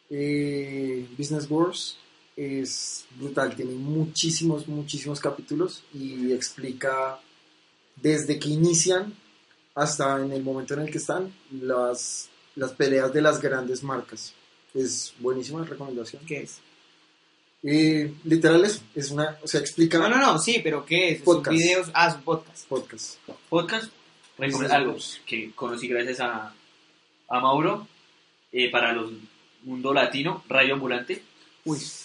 S1: eh, Business Wars, es brutal. Tiene muchísimos, muchísimos capítulos y explica desde que inician hasta en el momento en el que están las, las peleas de las grandes marcas. Es buenísima recomendación.
S3: ¿Qué es?
S1: Y literal es, es una, o sea, explica
S3: Ah, No, no, no, sí, pero ¿qué es? Son
S1: Podcast.
S3: videos, ah, son podcast.
S1: podcast.
S2: podcast, recomendar
S1: Sí, sí,
S2: algo que conocí gracias a, a Mauro, eh, para los mundo latino, Radio Ambulante.
S3: Uy.
S2: Mis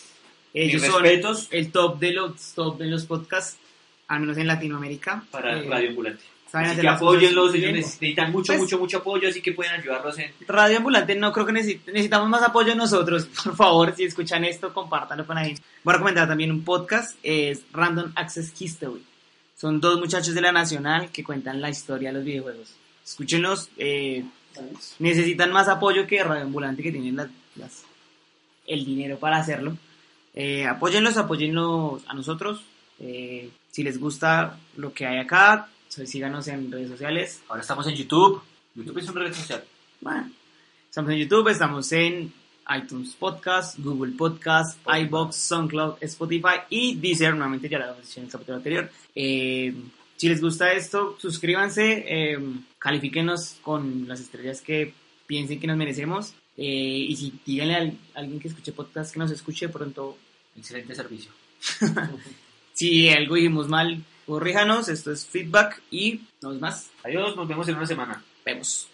S3: Ellos son
S2: respetos
S3: el top de los top de los podcasts, al menos en Latinoamérica.
S2: para
S3: Eh,
S2: Radio Ambulante.
S3: saben
S2: Así
S3: hacer
S2: que
S3: las cosas
S2: apóyenlos, ellos
S3: bien.
S2: necesitan mucho,
S3: Pues-
S2: mucho, mucho apoyo, así que pueden ayudarlos en...
S3: Radio Ambulante no creo que necesit- necesitamos más apoyo nosotros. Por favor, si escuchan esto, compártanlo con alguien. Voy a recomendar también un podcast, es Random Access History. Son dos muchachos de la Nacional que cuentan la historia de los videojuegos. Escúchenlos, eh, necesitan más apoyo que Radio Ambulante que tienen las- las- el dinero para hacerlo. Eh, apóyenlos, apóyenlos a nosotros. Eh, si les gusta lo que hay acá, pues síganos en redes sociales.
S2: Ahora estamos en YouTube. YouTube es una red social.
S3: Bueno, estamos en YouTube, estamos en iTunes Podcast, Google Podcast, iBox, SoundCloud, Spotify y Deezer, nuevamente ya lo hemos dicho en el capítulo anterior. Eh, si les gusta esto, suscríbanse, eh, califíquenos con las estrellas que piensen que nos merecemos eh, y si díganle a al- alguien que escuche podcast que nos escuche pronto.
S2: Excelente servicio.
S3: Si algo dijimos mal, corríjanos, esto es feedback y no es más,
S2: Adiós, nos vemos en una semana.
S3: vemos.